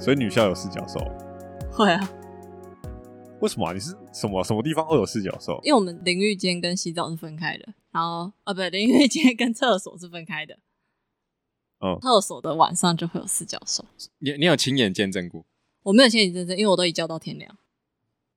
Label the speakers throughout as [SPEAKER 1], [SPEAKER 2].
[SPEAKER 1] 所以女校有四脚兽，
[SPEAKER 2] 会啊，
[SPEAKER 1] 为什么、啊？你是什么什么地方会有四脚兽？
[SPEAKER 2] 因为我们淋浴间跟洗澡是分开的，然后啊，不， 淋浴间跟厕所是分开的。
[SPEAKER 1] 嗯
[SPEAKER 2] 厕所的晚上就会有四脚兽，
[SPEAKER 3] 你你有亲眼见证过？
[SPEAKER 2] 我没有亲眼见证，因为我都一觉到天亮。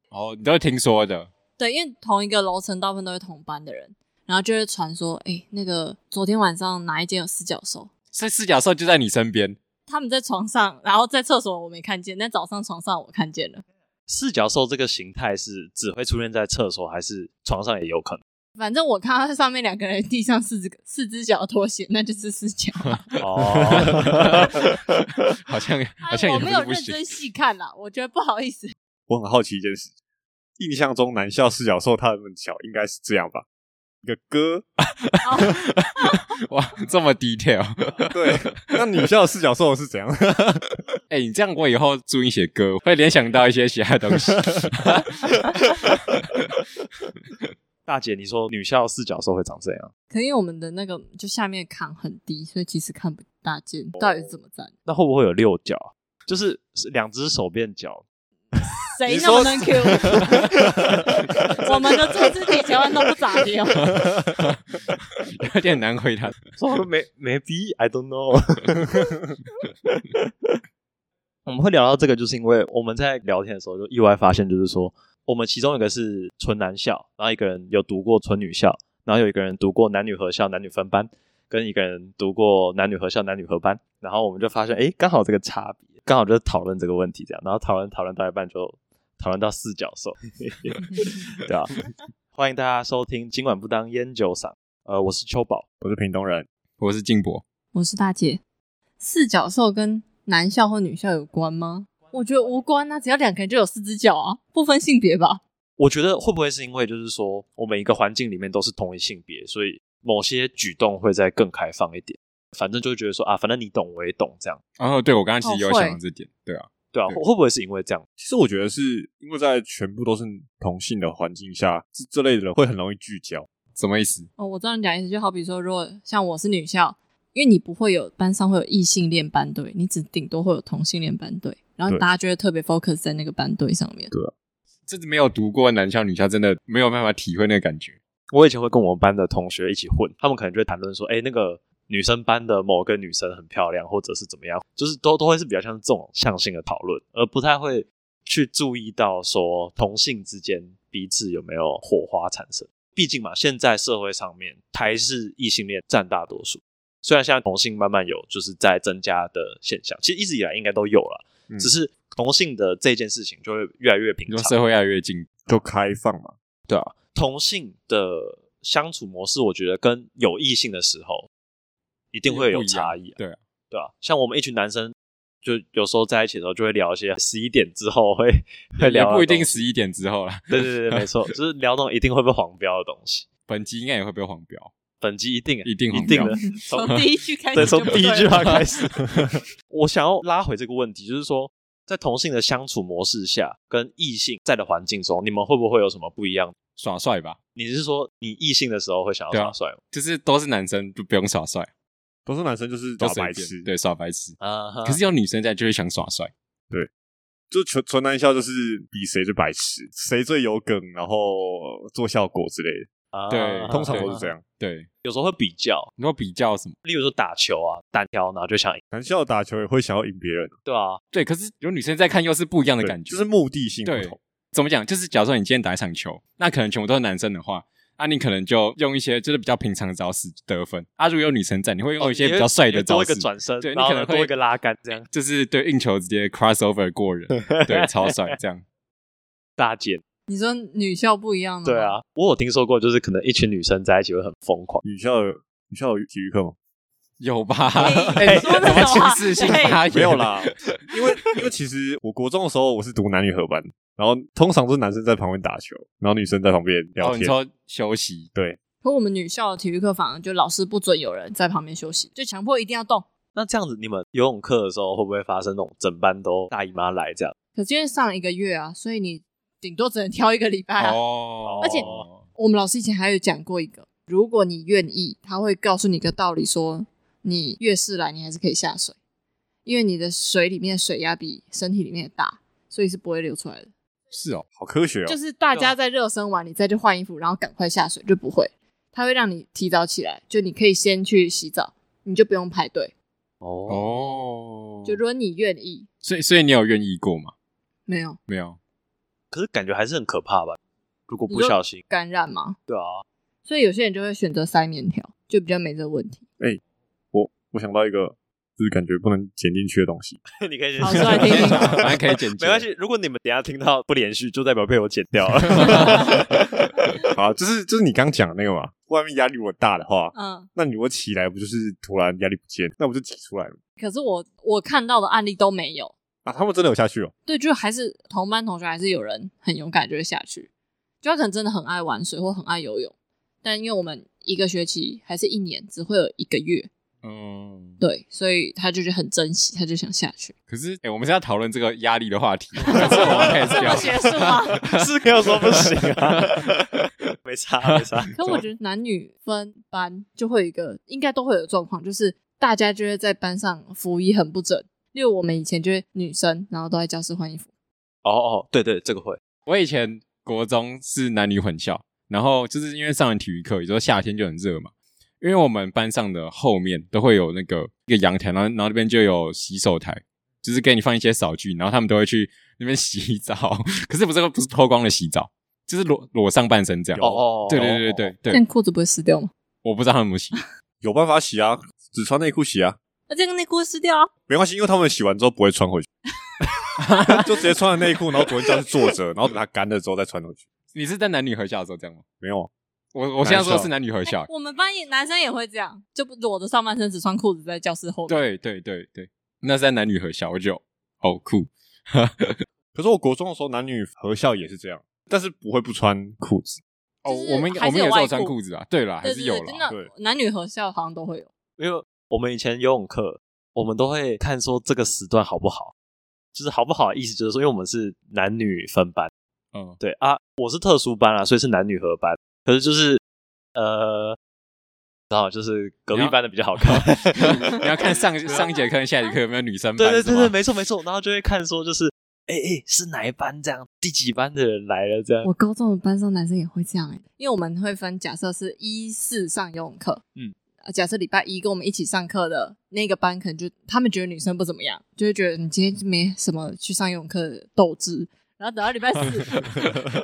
[SPEAKER 3] 哦，你都是听说的。
[SPEAKER 2] 对，因为同一个楼层大部分都是同班的人，然后就会传说，哎、那个昨天晚上哪一间有四脚兽？
[SPEAKER 3] 所以四脚兽就在你身边。
[SPEAKER 2] 他们在床上，然后在厕所我没看见，但早上床上我看见了。
[SPEAKER 4] 四脚兽这个形态是只会出现在厕所，还是床上也有可
[SPEAKER 2] 反正我看到上面两个人地上四只四只脚的拖鞋，那就是四脚。
[SPEAKER 4] 能？哦，
[SPEAKER 3] 好像好像
[SPEAKER 2] 哎
[SPEAKER 3] 也
[SPEAKER 2] 我
[SPEAKER 3] 不
[SPEAKER 2] 没
[SPEAKER 3] 是
[SPEAKER 2] 有
[SPEAKER 3] 不
[SPEAKER 2] 认
[SPEAKER 3] 行。
[SPEAKER 2] 真细看啦，我觉得不好意 思。
[SPEAKER 1] 我很好奇一件事，印象中男校四脚兽他们脚应该是这样吧？一个哥，
[SPEAKER 3] 哇，这么 detail。
[SPEAKER 1] 对，那女校四脚兽是怎样？
[SPEAKER 3] 哎、你这样我以后注意写歌，会联想到一些其他东 西。
[SPEAKER 4] 大姐，你说女校四脚兽会长这样？
[SPEAKER 2] 可能因为我们的那个就下面扛很低，所以其实看不大见到底是怎么站。
[SPEAKER 4] 那会不会有六脚？就是是两只手变脚，
[SPEAKER 2] 谁那么能 Q？我们的坐姿体千万都不咋 地哦。
[SPEAKER 3] 有点难回答。
[SPEAKER 4] 说没 maybe I don't know 。 我们会聊到这个，就是因为我们在聊天的时候就意外发现，就是说我们其中一个是纯男校，然后一个人有读过纯女校，然后有一个人读过男女合校、男女分班，跟一个人读过男女合校、男女合班，然后我们就发现，哎，刚好这个差别，刚好就是讨论这个问题这样，然后讨论讨论到一半就讨论到四角兽，对 啊，欢迎大家收听，今晚不当烟酒嗓，呃，我是秋宝。
[SPEAKER 1] 我是屏东人，
[SPEAKER 3] 我是金博，
[SPEAKER 2] 我是大姐。四脚兽跟男校或女校有关吗？我觉得无关啊，只要两个人就有四只脚啊，不分性别吧。
[SPEAKER 4] 我觉得会不会是因为就是说，我们一个环境里面都是同一性别，所以某些举动会再更开放一点。反正就会觉得说啊，反正你懂我也懂这样，
[SPEAKER 3] 哦，对我刚刚其实
[SPEAKER 2] 哦
[SPEAKER 3] 有
[SPEAKER 2] 会
[SPEAKER 3] 想到这点，对啊，
[SPEAKER 4] 对啊，
[SPEAKER 3] 对
[SPEAKER 4] 会会不会是因为这样？
[SPEAKER 1] 其实我觉得是因为在全部都是同性的环境
[SPEAKER 4] 啊
[SPEAKER 1] 下，这这类的人会很容易聚焦。
[SPEAKER 3] 什么意思？
[SPEAKER 2] 哦，我知道你讲的意思，就好比说，如果像我是女校，因为你不会有班上会有异性恋班队，你只顶多会有同性恋班队，然后
[SPEAKER 1] 对
[SPEAKER 2] 大家就会特别 focus 在那个班队上面。
[SPEAKER 3] 甚至没有读过男校女校，真的没有办法体会那个感觉。
[SPEAKER 4] 我以前会跟我们班的同学一起混，他们可能就会谈论说，哎、那个女生班的某个女生很漂亮，或者是怎么样，就是都都会是比较像这种向性的讨论，而不太会去注意到说同性之间彼此有没有火花产生。毕竟嘛，现在社会上面还是异性恋占大多数。虽然现在同性慢慢有就是在增加的现象，其实一直以来应该都有了，
[SPEAKER 1] 嗯
[SPEAKER 4] 只是同性的这件事情就会越来越平
[SPEAKER 3] 你
[SPEAKER 4] 常
[SPEAKER 3] 说。社会越来越近，
[SPEAKER 1] 就开放嘛，
[SPEAKER 4] 对啊，同性的相处模式，我觉得跟有异性的时候一定会有差异、啊，
[SPEAKER 3] 对啊，
[SPEAKER 4] 对啊，像我们一群男生，就有时候在一起的时候，就会聊 一些十一点之后会会
[SPEAKER 3] 也
[SPEAKER 4] 聊的
[SPEAKER 3] 不一定
[SPEAKER 4] 东西
[SPEAKER 3] 十一点之后啦。
[SPEAKER 4] 对对对， 对没错，就是聊那种一定会被黄标的东西。
[SPEAKER 3] 本集应该也会被黄标，
[SPEAKER 4] 本集一定啊
[SPEAKER 3] 一定
[SPEAKER 4] 一
[SPEAKER 3] 黄
[SPEAKER 4] 定
[SPEAKER 3] 标
[SPEAKER 4] 的，
[SPEAKER 2] 从第一句开始，
[SPEAKER 4] 对，从第一句话 开。始，我想要拉回这个问题，就是说，在同性的相处模式下，跟异性在的环境中，你们会不会有什么不一样？
[SPEAKER 3] 耍帅吧，
[SPEAKER 4] 你是说你异性的时候会想要
[SPEAKER 3] 对啊
[SPEAKER 4] 耍帅吗？
[SPEAKER 3] 就是都是男生就不用耍帅，
[SPEAKER 1] 都是男生就是
[SPEAKER 3] 都
[SPEAKER 1] 打
[SPEAKER 3] 随
[SPEAKER 1] 白
[SPEAKER 3] 便
[SPEAKER 1] 痴，，
[SPEAKER 3] 对，耍白痴。
[SPEAKER 4] 啊哈，
[SPEAKER 3] 可是有女生在就会想耍帅，
[SPEAKER 1] 就纯纯男校就是比谁最白痴，谁最有梗，然后做效果之类的，
[SPEAKER 4] 啊
[SPEAKER 3] 对
[SPEAKER 1] 通常都是这
[SPEAKER 4] 样。
[SPEAKER 1] 样。
[SPEAKER 3] 对，
[SPEAKER 4] 有时候会比较，
[SPEAKER 3] 你说比较什么？
[SPEAKER 4] 例如说打球啊，单挑，然后就想赢，
[SPEAKER 1] 男校打球也会想要赢别人，
[SPEAKER 4] 对啊，
[SPEAKER 3] 对，可是有女生在看又是不一样的
[SPEAKER 1] 对
[SPEAKER 3] 感觉，
[SPEAKER 1] 就是目的性不
[SPEAKER 3] 对
[SPEAKER 1] 同。
[SPEAKER 3] 怎么讲？就是假如说你今天打一场球，那可能全部都是男生的话，啊，你可能就用一些就是比较平常的招式得分。啊，如果有女生在，你
[SPEAKER 4] 哦
[SPEAKER 3] 会用一些比较帅的
[SPEAKER 4] 多
[SPEAKER 3] 招
[SPEAKER 4] 一
[SPEAKER 3] 式，
[SPEAKER 4] 个转身，
[SPEAKER 3] 对你
[SPEAKER 4] 然后
[SPEAKER 3] 可能会嗯
[SPEAKER 4] 多一个拉杆这样。
[SPEAKER 3] 就是对运球直接 crossover 过人，对，超帅这样。
[SPEAKER 4] 大姐，
[SPEAKER 2] 你说女校不一样吗？
[SPEAKER 4] 对，
[SPEAKER 3] 嗯
[SPEAKER 4] 啊，我有听说过，就是可能一群女生在一起会很疯狂。
[SPEAKER 1] 女校有女校有体育 课吗？
[SPEAKER 3] 有吧？
[SPEAKER 2] 哎
[SPEAKER 3] 哎
[SPEAKER 2] 你说
[SPEAKER 3] 怎
[SPEAKER 2] 那种
[SPEAKER 3] 么
[SPEAKER 2] 话
[SPEAKER 3] 歧视性
[SPEAKER 2] 哎
[SPEAKER 3] 发言？
[SPEAKER 1] 没有 啦，因为因为其实我国中的时候我是读男女合班，然后通常都是男生在旁边打球，然后女生在旁边聊
[SPEAKER 3] 哦，你
[SPEAKER 1] 天。
[SPEAKER 3] 说休息，
[SPEAKER 2] 可我们女校的体育课反而就老师不准有人在旁边休息，就强迫一定要动。
[SPEAKER 4] 那这样子，你们游泳课的时候会不会发生那种整班都大姨妈来这样？
[SPEAKER 2] 可是因为上一个月啊，所以你顶多只能挑一个礼拜啊。
[SPEAKER 3] 哦，
[SPEAKER 2] 而且我们老师以前还有讲过一个，如果你愿意，他会告诉你一个道理说你越是来，你还是可以下水。因为你的水里面的水压比身体里面的大，所以是不会流出来的。
[SPEAKER 3] 是哦，
[SPEAKER 1] 好科学哦
[SPEAKER 2] 就。是大家在热身完，你再去换衣服，然后赶快下水，就不会。它会让你提早起来，就你可以先去洗澡，你就不用排队。
[SPEAKER 4] 哦，
[SPEAKER 3] 哦，
[SPEAKER 2] 就如果你愿意，
[SPEAKER 3] 所以所以你有愿意过吗？
[SPEAKER 2] 没有
[SPEAKER 3] 没有，
[SPEAKER 4] 可是感觉还是很可怕吧？如果不小心，
[SPEAKER 2] 感染吗？
[SPEAKER 4] 对啊，
[SPEAKER 2] 所以有些人就会选择塞棉条，就比较没这个问题。
[SPEAKER 1] 我我想到一个，就是感觉不能剪进去的东西，
[SPEAKER 4] 你可以先
[SPEAKER 2] 好说来听听
[SPEAKER 3] 反正可以剪辑，
[SPEAKER 4] 没关系，如果你们等一下听到不连续，就代表被我剪 掉了。
[SPEAKER 1] 好，就是就是你刚讲的那个嘛。外面压力如果大的话，
[SPEAKER 2] 嗯，
[SPEAKER 1] 那你如果起来不就是突然压力不见，那不就挤出来了吗？
[SPEAKER 2] 可是我我看到的案例都没有。
[SPEAKER 1] 啊，他们真的有下去哦。
[SPEAKER 2] 对，就还是同班同学，还是有人很勇敢就会下去，就他可能真的很爱玩水或很爱游泳，但因为我们一个学期还是一年只会有一个月，
[SPEAKER 3] 嗯，
[SPEAKER 2] 对，所以他就是很珍惜，他就想下去。
[SPEAKER 3] 可是哎、诶我们是要讨论这个压力的话 题，还是我们可以
[SPEAKER 2] 这么
[SPEAKER 3] 聊
[SPEAKER 2] 学术 吗？
[SPEAKER 4] 是没有说不行啊，没差没差。
[SPEAKER 2] 可我觉得男女分班就会有一个，应该都会有状况，就是大家就会在班上服仪很不整。例如我们以前就会女生，然后都在教室换衣服，
[SPEAKER 4] 哦哦，对对，这个会
[SPEAKER 3] 我以前国中是男女混校，然后就是因为上完体育课，有时候夏天就很热嘛。因为我们班上的后面都会有那个一个阳台，然后然后那边就有洗手台，就是给你放一些扫具，然后他们都会去那边洗澡。 可是不是不是脱光了洗澡，就是裸裸上半身这样。
[SPEAKER 4] 哦哦，
[SPEAKER 3] 对对对对对
[SPEAKER 2] 这样
[SPEAKER 3] 对，
[SPEAKER 2] 裤子不会湿掉吗？
[SPEAKER 3] 我不知道他们有没有洗。
[SPEAKER 1] 有办法洗啊，只穿内裤洗啊，
[SPEAKER 2] 那这样内裤会湿掉啊？
[SPEAKER 1] 没关系，因为他们洗完之后不会穿 回去，就直接穿了内裤，然后昨天教室坐着，然后等它干了之后再穿回去。
[SPEAKER 3] 你是在男女合校的时候这样吗？
[SPEAKER 1] 没有啊，
[SPEAKER 3] 我我现在说的是男女合校。
[SPEAKER 2] 哎我们班也男生也会这样，就不裸着上半身只穿裤子在教室后面。
[SPEAKER 3] 对对对对，那是在男女合校，我就哦好酷。
[SPEAKER 1] 可是我国中的时候男女合校也是这样，但是不会不穿裤子。
[SPEAKER 3] 哦，
[SPEAKER 2] 就是
[SPEAKER 3] 我们
[SPEAKER 2] 还
[SPEAKER 3] 我
[SPEAKER 2] 是
[SPEAKER 3] 们
[SPEAKER 2] 有
[SPEAKER 3] 也是
[SPEAKER 2] 外
[SPEAKER 3] 有穿
[SPEAKER 2] 裤
[SPEAKER 3] 裤子啊，对啦，还
[SPEAKER 2] 对
[SPEAKER 3] 是有
[SPEAKER 2] 对，
[SPEAKER 3] 啦
[SPEAKER 2] 真。的
[SPEAKER 1] 对
[SPEAKER 2] 男女合校好像都会有。
[SPEAKER 4] 因为我们以前游泳课，我们都会看说这个时段好不好，就是好不好的意思就是说，因为我们是男女分班，
[SPEAKER 3] 嗯，
[SPEAKER 4] 对啊，我是特殊班啊，所以是男女合班，可是就是呃，然后就是隔壁班的比较好看，
[SPEAKER 3] 你要看 上上一节课跟下一节课有没有女生
[SPEAKER 4] 对
[SPEAKER 3] 班
[SPEAKER 4] 对
[SPEAKER 3] 是
[SPEAKER 4] 对
[SPEAKER 3] 吗？
[SPEAKER 4] 对，没错没错，然后就会看说就是。哎哎，是哪一班这样？第几班的人来了这样？
[SPEAKER 2] 我高中的班上男生也会这样哎、因为我们会分，假设是一四上游泳课，
[SPEAKER 3] 嗯
[SPEAKER 2] 呃，假设礼拜一跟我们一起上课的那个班，可能就他们觉得女生不怎么样，就会觉得你今天没什么去上游泳课的斗志。然后等到礼 拜四，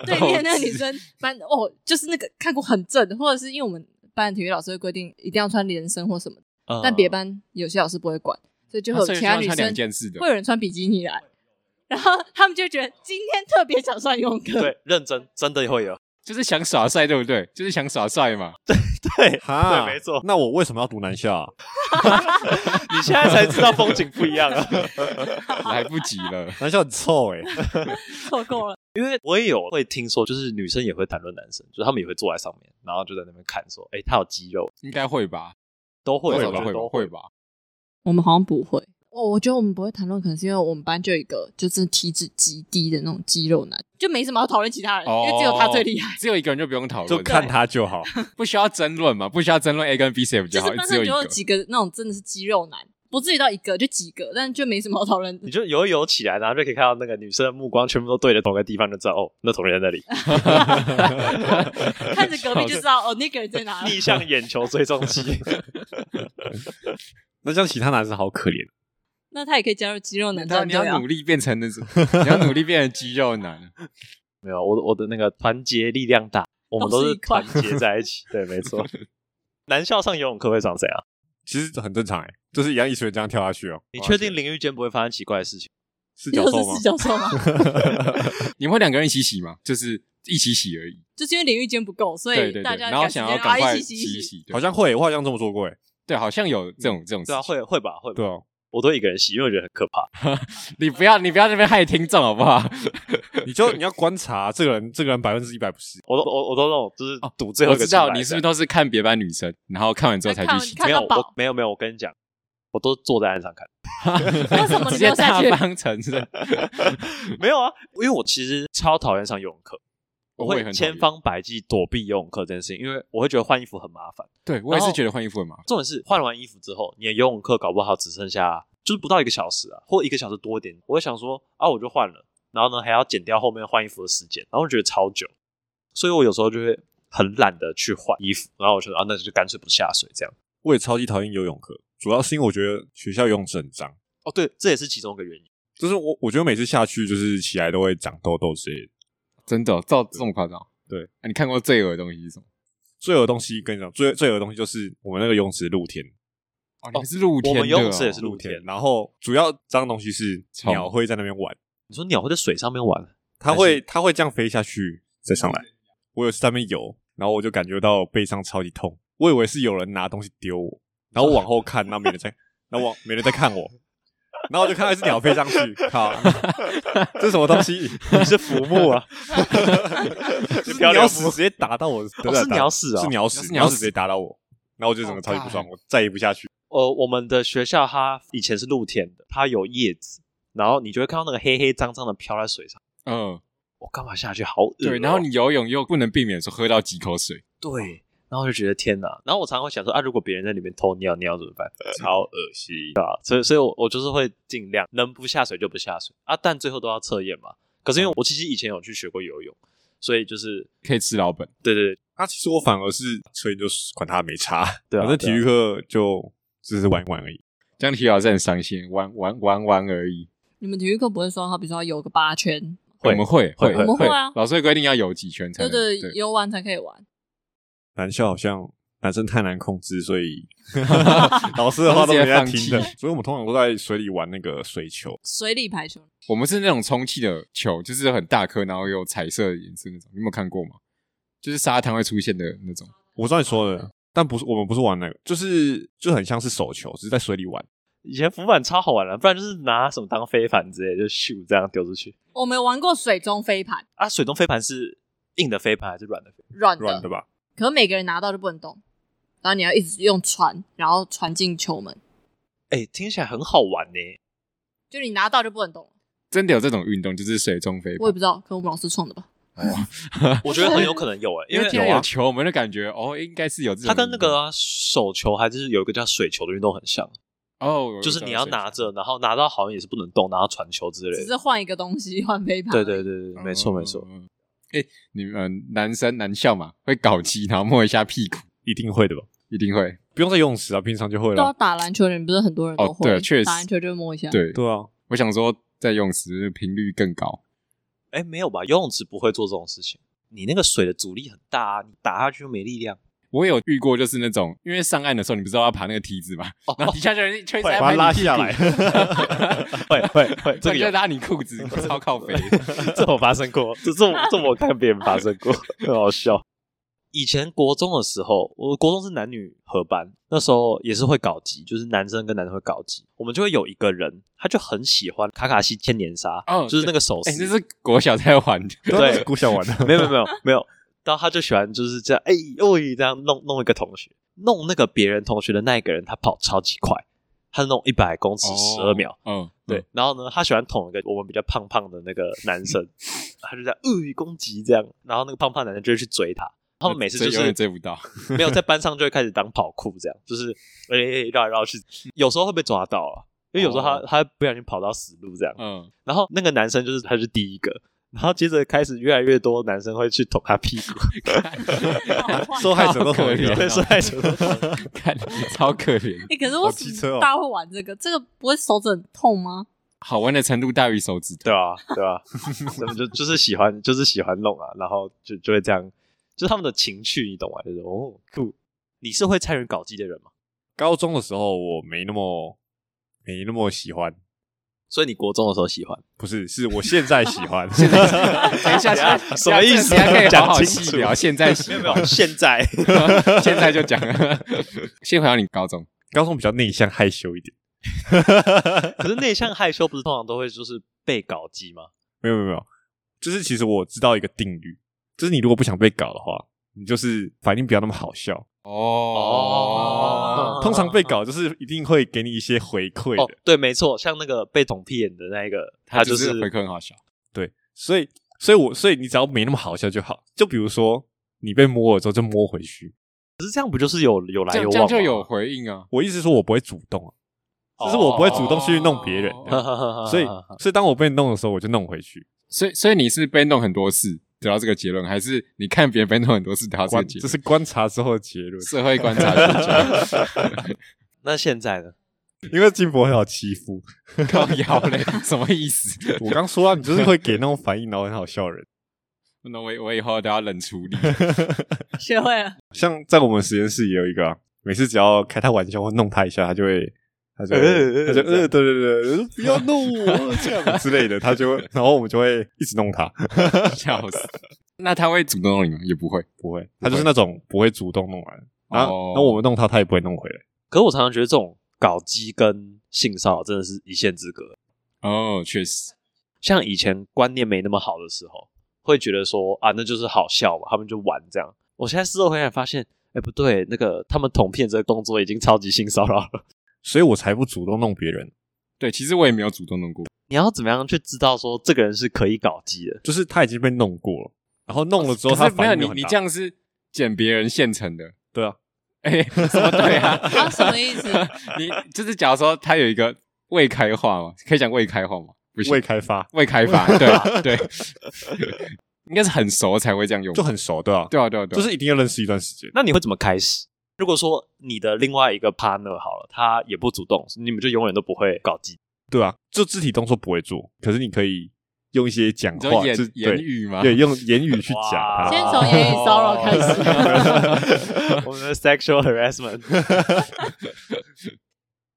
[SPEAKER 2] 对面那个女生班哦，就是那个看过很正，或者是因为我们班的体育老师会规定一定要穿连身或什么的，
[SPEAKER 4] 嗯
[SPEAKER 2] 但别班有些老师不会管，所以就会
[SPEAKER 3] 啊
[SPEAKER 2] 有
[SPEAKER 3] 所以
[SPEAKER 2] 其他
[SPEAKER 3] 就
[SPEAKER 2] 女
[SPEAKER 3] 穿
[SPEAKER 2] 生
[SPEAKER 3] 两件事的
[SPEAKER 2] 会有人穿比基尼来， 然后他们就觉得今天特别想上游泳课，
[SPEAKER 4] 对，认真真的会有，
[SPEAKER 3] 就是想耍帅，对不对？就是想耍 帅嘛。
[SPEAKER 4] 对，
[SPEAKER 1] 哈，
[SPEAKER 4] 对没错
[SPEAKER 1] 那我为什么要读男校啊？
[SPEAKER 4] 你现在才知道风景不一样啊。
[SPEAKER 3] 来不及了。
[SPEAKER 1] 男校很臭 哎、
[SPEAKER 2] 错过了。
[SPEAKER 4] 因为我也有会听说，就是女生也会谈论男生，就是他们也会坐在上面，然后就在那边看说，哎、他有肌肉，
[SPEAKER 3] 应该会吧，
[SPEAKER 4] 都会
[SPEAKER 3] 多
[SPEAKER 4] 我
[SPEAKER 3] 少
[SPEAKER 4] 觉
[SPEAKER 3] 都
[SPEAKER 4] 得
[SPEAKER 3] 会吧，
[SPEAKER 4] 都
[SPEAKER 3] 会吧。
[SPEAKER 2] 我们好像不会。哦我我觉得我们不会谈论，可能是因为我们班就有一个就是体脂极低的那种肌肉男，就没什么要讨论其他人，因为只有他最厉害。，
[SPEAKER 3] 只有一个人就不用讨论，
[SPEAKER 1] 就看，他就好。
[SPEAKER 3] 不需要争论嘛，不需要争论 A 跟 B 谁比
[SPEAKER 2] 就
[SPEAKER 3] 较
[SPEAKER 2] 是
[SPEAKER 3] 哦好，
[SPEAKER 2] 班
[SPEAKER 3] 只
[SPEAKER 2] 上
[SPEAKER 3] 有
[SPEAKER 2] 就
[SPEAKER 3] 一
[SPEAKER 2] 有
[SPEAKER 3] 个。
[SPEAKER 2] 几个那种真的是肌肉男，不至于到一个就几个，但就没什么好讨论。
[SPEAKER 4] 你就游一游起来，然后就可以看到那个女生的目光全部都对着同一个地方，就知道哦，那同学在 那里，
[SPEAKER 2] 看着隔壁就知道哦，那个人在哪里
[SPEAKER 4] 逆。向眼球追踪 器。
[SPEAKER 1] 那这样其他男生好可怜。
[SPEAKER 2] 那他也可以加入肌肉男
[SPEAKER 3] 你要
[SPEAKER 2] 战
[SPEAKER 3] 你
[SPEAKER 2] 队
[SPEAKER 3] 要
[SPEAKER 2] 啊
[SPEAKER 3] 努。力变成那种， 你要努力变成肌肉男。
[SPEAKER 4] 没有，我我的那个团结力量大，我们
[SPEAKER 2] 都
[SPEAKER 4] 都
[SPEAKER 2] 是
[SPEAKER 4] 是
[SPEAKER 2] 一块
[SPEAKER 4] 团结在 一起。对，没错。男校上游泳课会长
[SPEAKER 3] 哦
[SPEAKER 4] 怎样？
[SPEAKER 1] 其实很正常哎、就是一样一水这样跳下去哦。
[SPEAKER 4] 你确定淋浴间不会发生奇怪的事情？
[SPEAKER 1] 是
[SPEAKER 2] 又
[SPEAKER 1] 教授
[SPEAKER 2] 是
[SPEAKER 1] 吗
[SPEAKER 2] 四？角兽吗？
[SPEAKER 3] 你们会两个人一起洗吗？就是一起洗而已。
[SPEAKER 2] 就是因为领域间不够，所
[SPEAKER 3] 对
[SPEAKER 2] 以
[SPEAKER 3] 对
[SPEAKER 2] 大
[SPEAKER 3] 对，
[SPEAKER 2] 家
[SPEAKER 3] 然后想要赶
[SPEAKER 2] 啊
[SPEAKER 3] 快
[SPEAKER 2] 一起洗
[SPEAKER 3] 洗
[SPEAKER 2] 一洗。
[SPEAKER 3] 洗，对
[SPEAKER 1] 好像会，我好像这么做过哎、
[SPEAKER 3] 对，好像有这种这种事
[SPEAKER 4] 对啊，
[SPEAKER 3] 情。
[SPEAKER 4] 会会吧，会吧。
[SPEAKER 1] 对哦、
[SPEAKER 4] 我都一个人洗，因为我觉得很可怕。
[SPEAKER 3] 你不要你不要这边害听众好不 好？
[SPEAKER 1] 你就你要观察这个人，这个人百分之一百不是。
[SPEAKER 4] 我都我我都那种就是
[SPEAKER 3] 哦
[SPEAKER 4] 赌最后
[SPEAKER 3] 我
[SPEAKER 4] 一个
[SPEAKER 3] 知
[SPEAKER 4] 出来
[SPEAKER 3] 道
[SPEAKER 4] 的。
[SPEAKER 3] 你是不是都是看别班女生，然后看完之后才去
[SPEAKER 2] 哎
[SPEAKER 3] 洗？
[SPEAKER 2] 看
[SPEAKER 4] 没
[SPEAKER 2] 到
[SPEAKER 4] 有，
[SPEAKER 2] 宝
[SPEAKER 4] 我没有没有，我跟你讲，我都坐在岸上看。
[SPEAKER 2] 为什么
[SPEAKER 3] 直
[SPEAKER 2] 你
[SPEAKER 3] 接
[SPEAKER 2] 留下
[SPEAKER 3] 大
[SPEAKER 2] 去？
[SPEAKER 3] 方承认？
[SPEAKER 4] 没有啊，因为我其实超讨厌上游泳课，
[SPEAKER 3] 我
[SPEAKER 4] 我
[SPEAKER 3] 也
[SPEAKER 4] 会
[SPEAKER 3] 很讨厌
[SPEAKER 4] 千方百计躲避游泳课这件事情，因为我会觉得换衣服很麻烦。
[SPEAKER 3] 对我也
[SPEAKER 4] 然
[SPEAKER 3] 是
[SPEAKER 4] 后
[SPEAKER 3] 觉得换衣服很麻烦。
[SPEAKER 4] 重点是换完衣服之后，你的游泳课搞不好只剩下就是不到一个小时啊，或一个小时多一点。我会想说啊，我就换了，然后呢还要减掉后面换衣服的时间，然后我觉得超久，所以我有时候就会很懒得去换衣服，然后我就啊那就干脆不下水这样。
[SPEAKER 1] 我也超级讨厌游泳课，主要是因为我觉得学校游泳池很脏，
[SPEAKER 4] 哦，对，这也是其中一个原因。
[SPEAKER 1] 就是我我觉得每次下去就是起来都会长痘痘之类的。
[SPEAKER 3] 真的，照这么夸张？
[SPEAKER 1] 对
[SPEAKER 3] 啊，你看过最恶的东西是什么？
[SPEAKER 1] 最恶的东西跟你讲，最最恶的东西就是我们那个游泳池露天，
[SPEAKER 3] 哦，你们是露天的、哦，
[SPEAKER 4] 我们游泳池也是
[SPEAKER 1] 露
[SPEAKER 4] 露
[SPEAKER 1] 天
[SPEAKER 4] 天，
[SPEAKER 1] 然后主要脏的东西是
[SPEAKER 3] 虫
[SPEAKER 1] 鸟会在那边玩，
[SPEAKER 4] 你说鸟会在水上面玩，
[SPEAKER 1] 它会它会这样飞下去再上来。我有次在那边游，然后我就感觉到背上超级痛，我以为是有人拿东西丢我，然后我往后看，那没人 在，那往没人在看我。然后我就看到一只鸟飞上去， 靠！这是什么东西？
[SPEAKER 4] 你是浮木啊？
[SPEAKER 1] 是
[SPEAKER 4] 漂
[SPEAKER 1] 鸟
[SPEAKER 4] 流
[SPEAKER 1] 屎
[SPEAKER 4] 木
[SPEAKER 1] 直接打到我，
[SPEAKER 4] 哦是鸟屎啊
[SPEAKER 1] 是鸟屎，
[SPEAKER 3] 是
[SPEAKER 1] 鸟
[SPEAKER 3] 鸟屎
[SPEAKER 1] 屎直接打到我，然后我就整个超级不爽，我再也不下去。
[SPEAKER 4] 呃，我们的学校它以前是露天的，它有叶子，然后你就会看到那个黑黑脏脏的飘在水上。
[SPEAKER 3] 嗯，
[SPEAKER 4] 我干嘛下去？好恶哦、
[SPEAKER 3] 对。然后你游泳又不能避免说喝到几口水，
[SPEAKER 4] 对，然后就觉得天哪。然后我常常会想说啊，如果别人在里面偷尿尿怎么办？
[SPEAKER 1] 超恶心。
[SPEAKER 4] 啊，所以所以我我就是会尽量能不下水就不下水啊，但最后都要测验嘛。可是因为我其实以前有去学过游泳，所以就是
[SPEAKER 3] 可以吃老本。
[SPEAKER 4] 对对对
[SPEAKER 1] 那其实我反而是所以就是管他没差，
[SPEAKER 4] 对啊
[SPEAKER 1] 反正体育课就只是玩一玩而已。
[SPEAKER 3] 这样体育老师很伤心，玩玩玩玩而已。
[SPEAKER 2] 你们体育课不会说，好比说要游个八圈，
[SPEAKER 4] 会
[SPEAKER 3] 我们会
[SPEAKER 4] 会
[SPEAKER 2] 我
[SPEAKER 3] 会
[SPEAKER 2] 们会啊
[SPEAKER 3] 老师会规定要游几圈才
[SPEAKER 2] 对
[SPEAKER 3] 能
[SPEAKER 2] 对，游完才可以玩。
[SPEAKER 1] 男校好像男生太难控制，所以 老师的话都没在听的
[SPEAKER 3] 直接放，
[SPEAKER 1] 所以我们通常都在水里玩那个水球。
[SPEAKER 2] 水里排球，
[SPEAKER 3] 我们是那种充气的球，就是很大颗，然后有彩色的颜色那种。你有没有看过吗？就是沙滩会出现的那种。
[SPEAKER 1] 我知道你说的，但不是我们不是玩那个，就是就很像是手球，只是在水里玩。
[SPEAKER 4] 以前浮板超好玩的，不然就是拿什么当飞盘之类的，就咻这样丢出去
[SPEAKER 2] 我们有玩过水中飞盘，
[SPEAKER 4] 啊。水中飞盘是硬的飞盘还是软的飞盘？
[SPEAKER 2] 软
[SPEAKER 1] 软
[SPEAKER 2] 的，
[SPEAKER 1] 的吧？
[SPEAKER 2] 可是每个人拿到就不能动，然后你要一直用传，然后传进球门，
[SPEAKER 4] 哎、听起来很好玩呢、
[SPEAKER 2] 就你拿到就不能动了。
[SPEAKER 3] 真的有这种运动，就是水中飞
[SPEAKER 2] 我也
[SPEAKER 3] 盘
[SPEAKER 2] 不。知道，可能我们老师创的吧。
[SPEAKER 4] 我觉得很有可能有哎、因
[SPEAKER 3] 因为听
[SPEAKER 4] 为
[SPEAKER 3] 到
[SPEAKER 4] 有
[SPEAKER 3] 有
[SPEAKER 4] 啊，
[SPEAKER 3] 球，我们就感觉哦，应该是有这种运动。
[SPEAKER 4] 它跟那个啊、手球还是有一个叫水球的运动很像，
[SPEAKER 3] 哦，
[SPEAKER 4] 就是你要拿
[SPEAKER 3] 我知道
[SPEAKER 4] 着，然后拿到好像也是不能动，然后传球之类
[SPEAKER 2] 只
[SPEAKER 4] 的。
[SPEAKER 2] 是换一个东西，换飞盘。
[SPEAKER 4] 对对对对，
[SPEAKER 3] 水球，
[SPEAKER 4] 没错没错。
[SPEAKER 3] 嗯。嗯嗯哎，你们男生男校嘛，会搞基，然后摸一下屁股，
[SPEAKER 1] 一定会的吧？
[SPEAKER 3] 一定会。
[SPEAKER 1] 不用在游泳池啊，平常就会
[SPEAKER 2] 对啊，
[SPEAKER 1] 了。
[SPEAKER 2] 打篮球的人不是很多人都
[SPEAKER 3] 哦
[SPEAKER 2] 会，
[SPEAKER 3] 对确实
[SPEAKER 2] 打篮球就摸一 下。，
[SPEAKER 3] 对，
[SPEAKER 1] 对啊，
[SPEAKER 3] 我想说，在游泳池频率更高。
[SPEAKER 4] 哎，没有吧？游泳池不会做这种事情。你那个水的阻力很大啊，你打下去又没力量。
[SPEAKER 3] 我有遇过，就是那种因为上岸的时候，你不知道要爬那个梯子嘛，
[SPEAKER 4] 哦
[SPEAKER 3] 然后底下就有人推
[SPEAKER 1] 把
[SPEAKER 3] 来
[SPEAKER 1] 它
[SPEAKER 3] 拍
[SPEAKER 1] 拉下来，
[SPEAKER 4] 会会会，
[SPEAKER 3] 这个
[SPEAKER 4] 这
[SPEAKER 3] 哎
[SPEAKER 4] 个
[SPEAKER 3] 就
[SPEAKER 4] 有，
[SPEAKER 3] 拉你裤子， 超靠背。
[SPEAKER 4] 这我发生过，这这我这我看别人发生过， 很好笑。以前国中的时候，我国中是男女合班，那时候也是会搞基，就是男生跟男生会搞基，我们就会有一个人，他就很喜欢卡卡西千年杀，
[SPEAKER 3] 哦
[SPEAKER 4] 就是那个手
[SPEAKER 3] 哎，这
[SPEAKER 4] 势，
[SPEAKER 3] 是国小在玩 的，
[SPEAKER 1] 对啊，
[SPEAKER 4] 对
[SPEAKER 1] 是顾笑玩的。
[SPEAKER 4] 没有没有没有没有，然后他就喜欢就是这样，哎呦这样弄弄一个同学，弄那个别人同学的那一个人，他跑超级快，他弄一百公尺十二秒，
[SPEAKER 3] 哦。嗯，
[SPEAKER 4] 对，然后呢，他喜欢捅一个我们比较胖胖的那个男生， 他就在呃攻击这样，然后那个胖胖男生就会去追他，他
[SPEAKER 3] 那
[SPEAKER 4] 们每次
[SPEAKER 3] 追
[SPEAKER 4] 就
[SPEAKER 3] 永
[SPEAKER 4] 是
[SPEAKER 3] 远追不到。
[SPEAKER 4] 没有在班上就会开始当跑酷这样，就是哎、绕来绕去，有时候会被抓到啊，因为有时候他、
[SPEAKER 3] 哦
[SPEAKER 4] 他不小心跑到死路这样，
[SPEAKER 3] 嗯，
[SPEAKER 4] 然后那个男生就是他是第一个。然后接着开始越来越多男生会去捅他屁股，
[SPEAKER 1] 受害者都可
[SPEAKER 3] 好可
[SPEAKER 1] 怜
[SPEAKER 3] 怜
[SPEAKER 1] 啊
[SPEAKER 4] 对，受害者。
[SPEAKER 3] 看超可怜。
[SPEAKER 2] 哎、可是为
[SPEAKER 1] 好机
[SPEAKER 2] 什
[SPEAKER 1] 车哦
[SPEAKER 2] 么大家会玩这个？这个不会手指很痛吗？
[SPEAKER 3] 好玩的程度大于手 指头。
[SPEAKER 4] 对啊，对啊，他们就就是喜欢，就是喜欢弄啊，然后就就会这样，就是他们的情趣，你懂吗？就是哦，酷。你是会参与搞基的人吗？
[SPEAKER 1] 高中的时候我没那么没那么喜欢，
[SPEAKER 4] 所以你国中的时候喜欢？
[SPEAKER 1] 不是，是我现在喜欢。
[SPEAKER 3] 等一下，
[SPEAKER 4] 等一下什么意思
[SPEAKER 3] 等一下可以好好
[SPEAKER 4] 讲清楚
[SPEAKER 3] 细聊。现在
[SPEAKER 4] 没
[SPEAKER 3] 细
[SPEAKER 4] 有没
[SPEAKER 3] 聊
[SPEAKER 4] 有，，现在
[SPEAKER 3] 现在就讲。先回到你高中，
[SPEAKER 1] 高中比较内向害羞一点，
[SPEAKER 4] 可是内向害羞不是通常都会就是被搞基吗？
[SPEAKER 1] 没有没有没有，就是其实我知道一个定律，就是你如果不想被搞的话，你就是反应不要那么好笑。
[SPEAKER 4] 哦
[SPEAKER 1] 通常被搞就是一定会给你一些回馈
[SPEAKER 4] 哦
[SPEAKER 1] 的，，
[SPEAKER 4] 对，没错，像那个被捅屁眼的那一个，
[SPEAKER 3] 他
[SPEAKER 4] 就是
[SPEAKER 3] 回馈很好笑，
[SPEAKER 1] 对，所以所以我所以你只要没那么好笑就好。就比如说你被摸了之后就摸回去，
[SPEAKER 4] 可是这样不就是有有来
[SPEAKER 3] 这
[SPEAKER 4] 有
[SPEAKER 3] 样
[SPEAKER 4] 往
[SPEAKER 3] 这
[SPEAKER 4] 吗？
[SPEAKER 3] 样就 有回应啊。
[SPEAKER 1] 我意思是说我不会主动啊，就是我不会主动去弄别人
[SPEAKER 3] 哦，
[SPEAKER 1] 这样所以所以当我被弄的时候我就弄回去，
[SPEAKER 3] 所以所以你是被弄很多次得到这个结论，还是你看别人被弄很多次得到这个
[SPEAKER 1] 观
[SPEAKER 3] 结
[SPEAKER 1] 这
[SPEAKER 3] 论？
[SPEAKER 1] 是观察之后的结论，
[SPEAKER 3] 社会观察学家
[SPEAKER 4] 那现在呢？
[SPEAKER 1] 因为金博很好欺 负。
[SPEAKER 3] 靠腰嘞，什么意思？
[SPEAKER 1] 我刚说啊，你就是会给那种反应，然后很好笑的人。
[SPEAKER 3] 那我我以后都要冷处理。
[SPEAKER 2] 学会了，
[SPEAKER 1] 像在我们实验室也有一个、啊，每次只要开他玩笑或弄他一下，他就会，他就会
[SPEAKER 4] 呃呃
[SPEAKER 1] 他就
[SPEAKER 4] 这
[SPEAKER 1] 呃，对
[SPEAKER 4] 样
[SPEAKER 1] 对对，不要弄我这样之类的，他就 会，然后我们就会一直弄他，
[SPEAKER 3] 笑死！那他会主动弄你吗？也不会。
[SPEAKER 1] 不会，他就是那种不会主动弄完，然后
[SPEAKER 3] 哦
[SPEAKER 1] 然后我们弄他，他也不会弄回来。
[SPEAKER 4] 可我常常觉得这种搞基跟性骚扰真的是一线之隔。
[SPEAKER 3] 哦，确实，
[SPEAKER 4] 像以前观念没那么好的时候，会觉得说啊，那就是好笑嘛，他们就玩这样。我现在事后回想发现，哎，不对，那个他们捅骗这个动作已经超级性骚扰了。
[SPEAKER 1] 所以我才不主动弄别人，
[SPEAKER 3] 对，其实我也没有主动弄过。
[SPEAKER 4] 你要怎么样去知道说这个人是可以搞基的？
[SPEAKER 1] 就是他已经被弄过了，然后弄了之后
[SPEAKER 3] 可
[SPEAKER 1] 他
[SPEAKER 3] 是没
[SPEAKER 1] 反
[SPEAKER 3] 有
[SPEAKER 1] 应
[SPEAKER 3] 你，
[SPEAKER 1] 很
[SPEAKER 3] 你
[SPEAKER 1] 大
[SPEAKER 3] 这样是捡别人现成的。
[SPEAKER 1] 对啊，
[SPEAKER 3] 哎，什么对
[SPEAKER 2] 啊
[SPEAKER 3] 啊？
[SPEAKER 2] 什么意思？
[SPEAKER 3] 你就是假如说他有一个未开化嘛，可以讲未开化吗？不行
[SPEAKER 1] 未，开发
[SPEAKER 3] 未开发，对 对，应该是很熟才会这样用。
[SPEAKER 1] 就很熟，对啊，
[SPEAKER 3] 对啊对啊对啊，
[SPEAKER 1] 就是一定要认识一段时间。
[SPEAKER 4] 那你会怎么开始？如果说你的另外一个 partner 好了，他也不主动，你们就永远都不会搞基。
[SPEAKER 1] 对啊，就肢体动作不会做，可是你可以用一些讲
[SPEAKER 3] 你知道
[SPEAKER 1] 话，
[SPEAKER 3] 言
[SPEAKER 1] 就
[SPEAKER 3] 言
[SPEAKER 1] 对
[SPEAKER 3] 语吗？
[SPEAKER 1] 对，用言语去讲
[SPEAKER 4] 哇
[SPEAKER 2] 先
[SPEAKER 1] 他。。
[SPEAKER 2] 从言语骚扰开始。
[SPEAKER 4] 我们的 sexual harassment，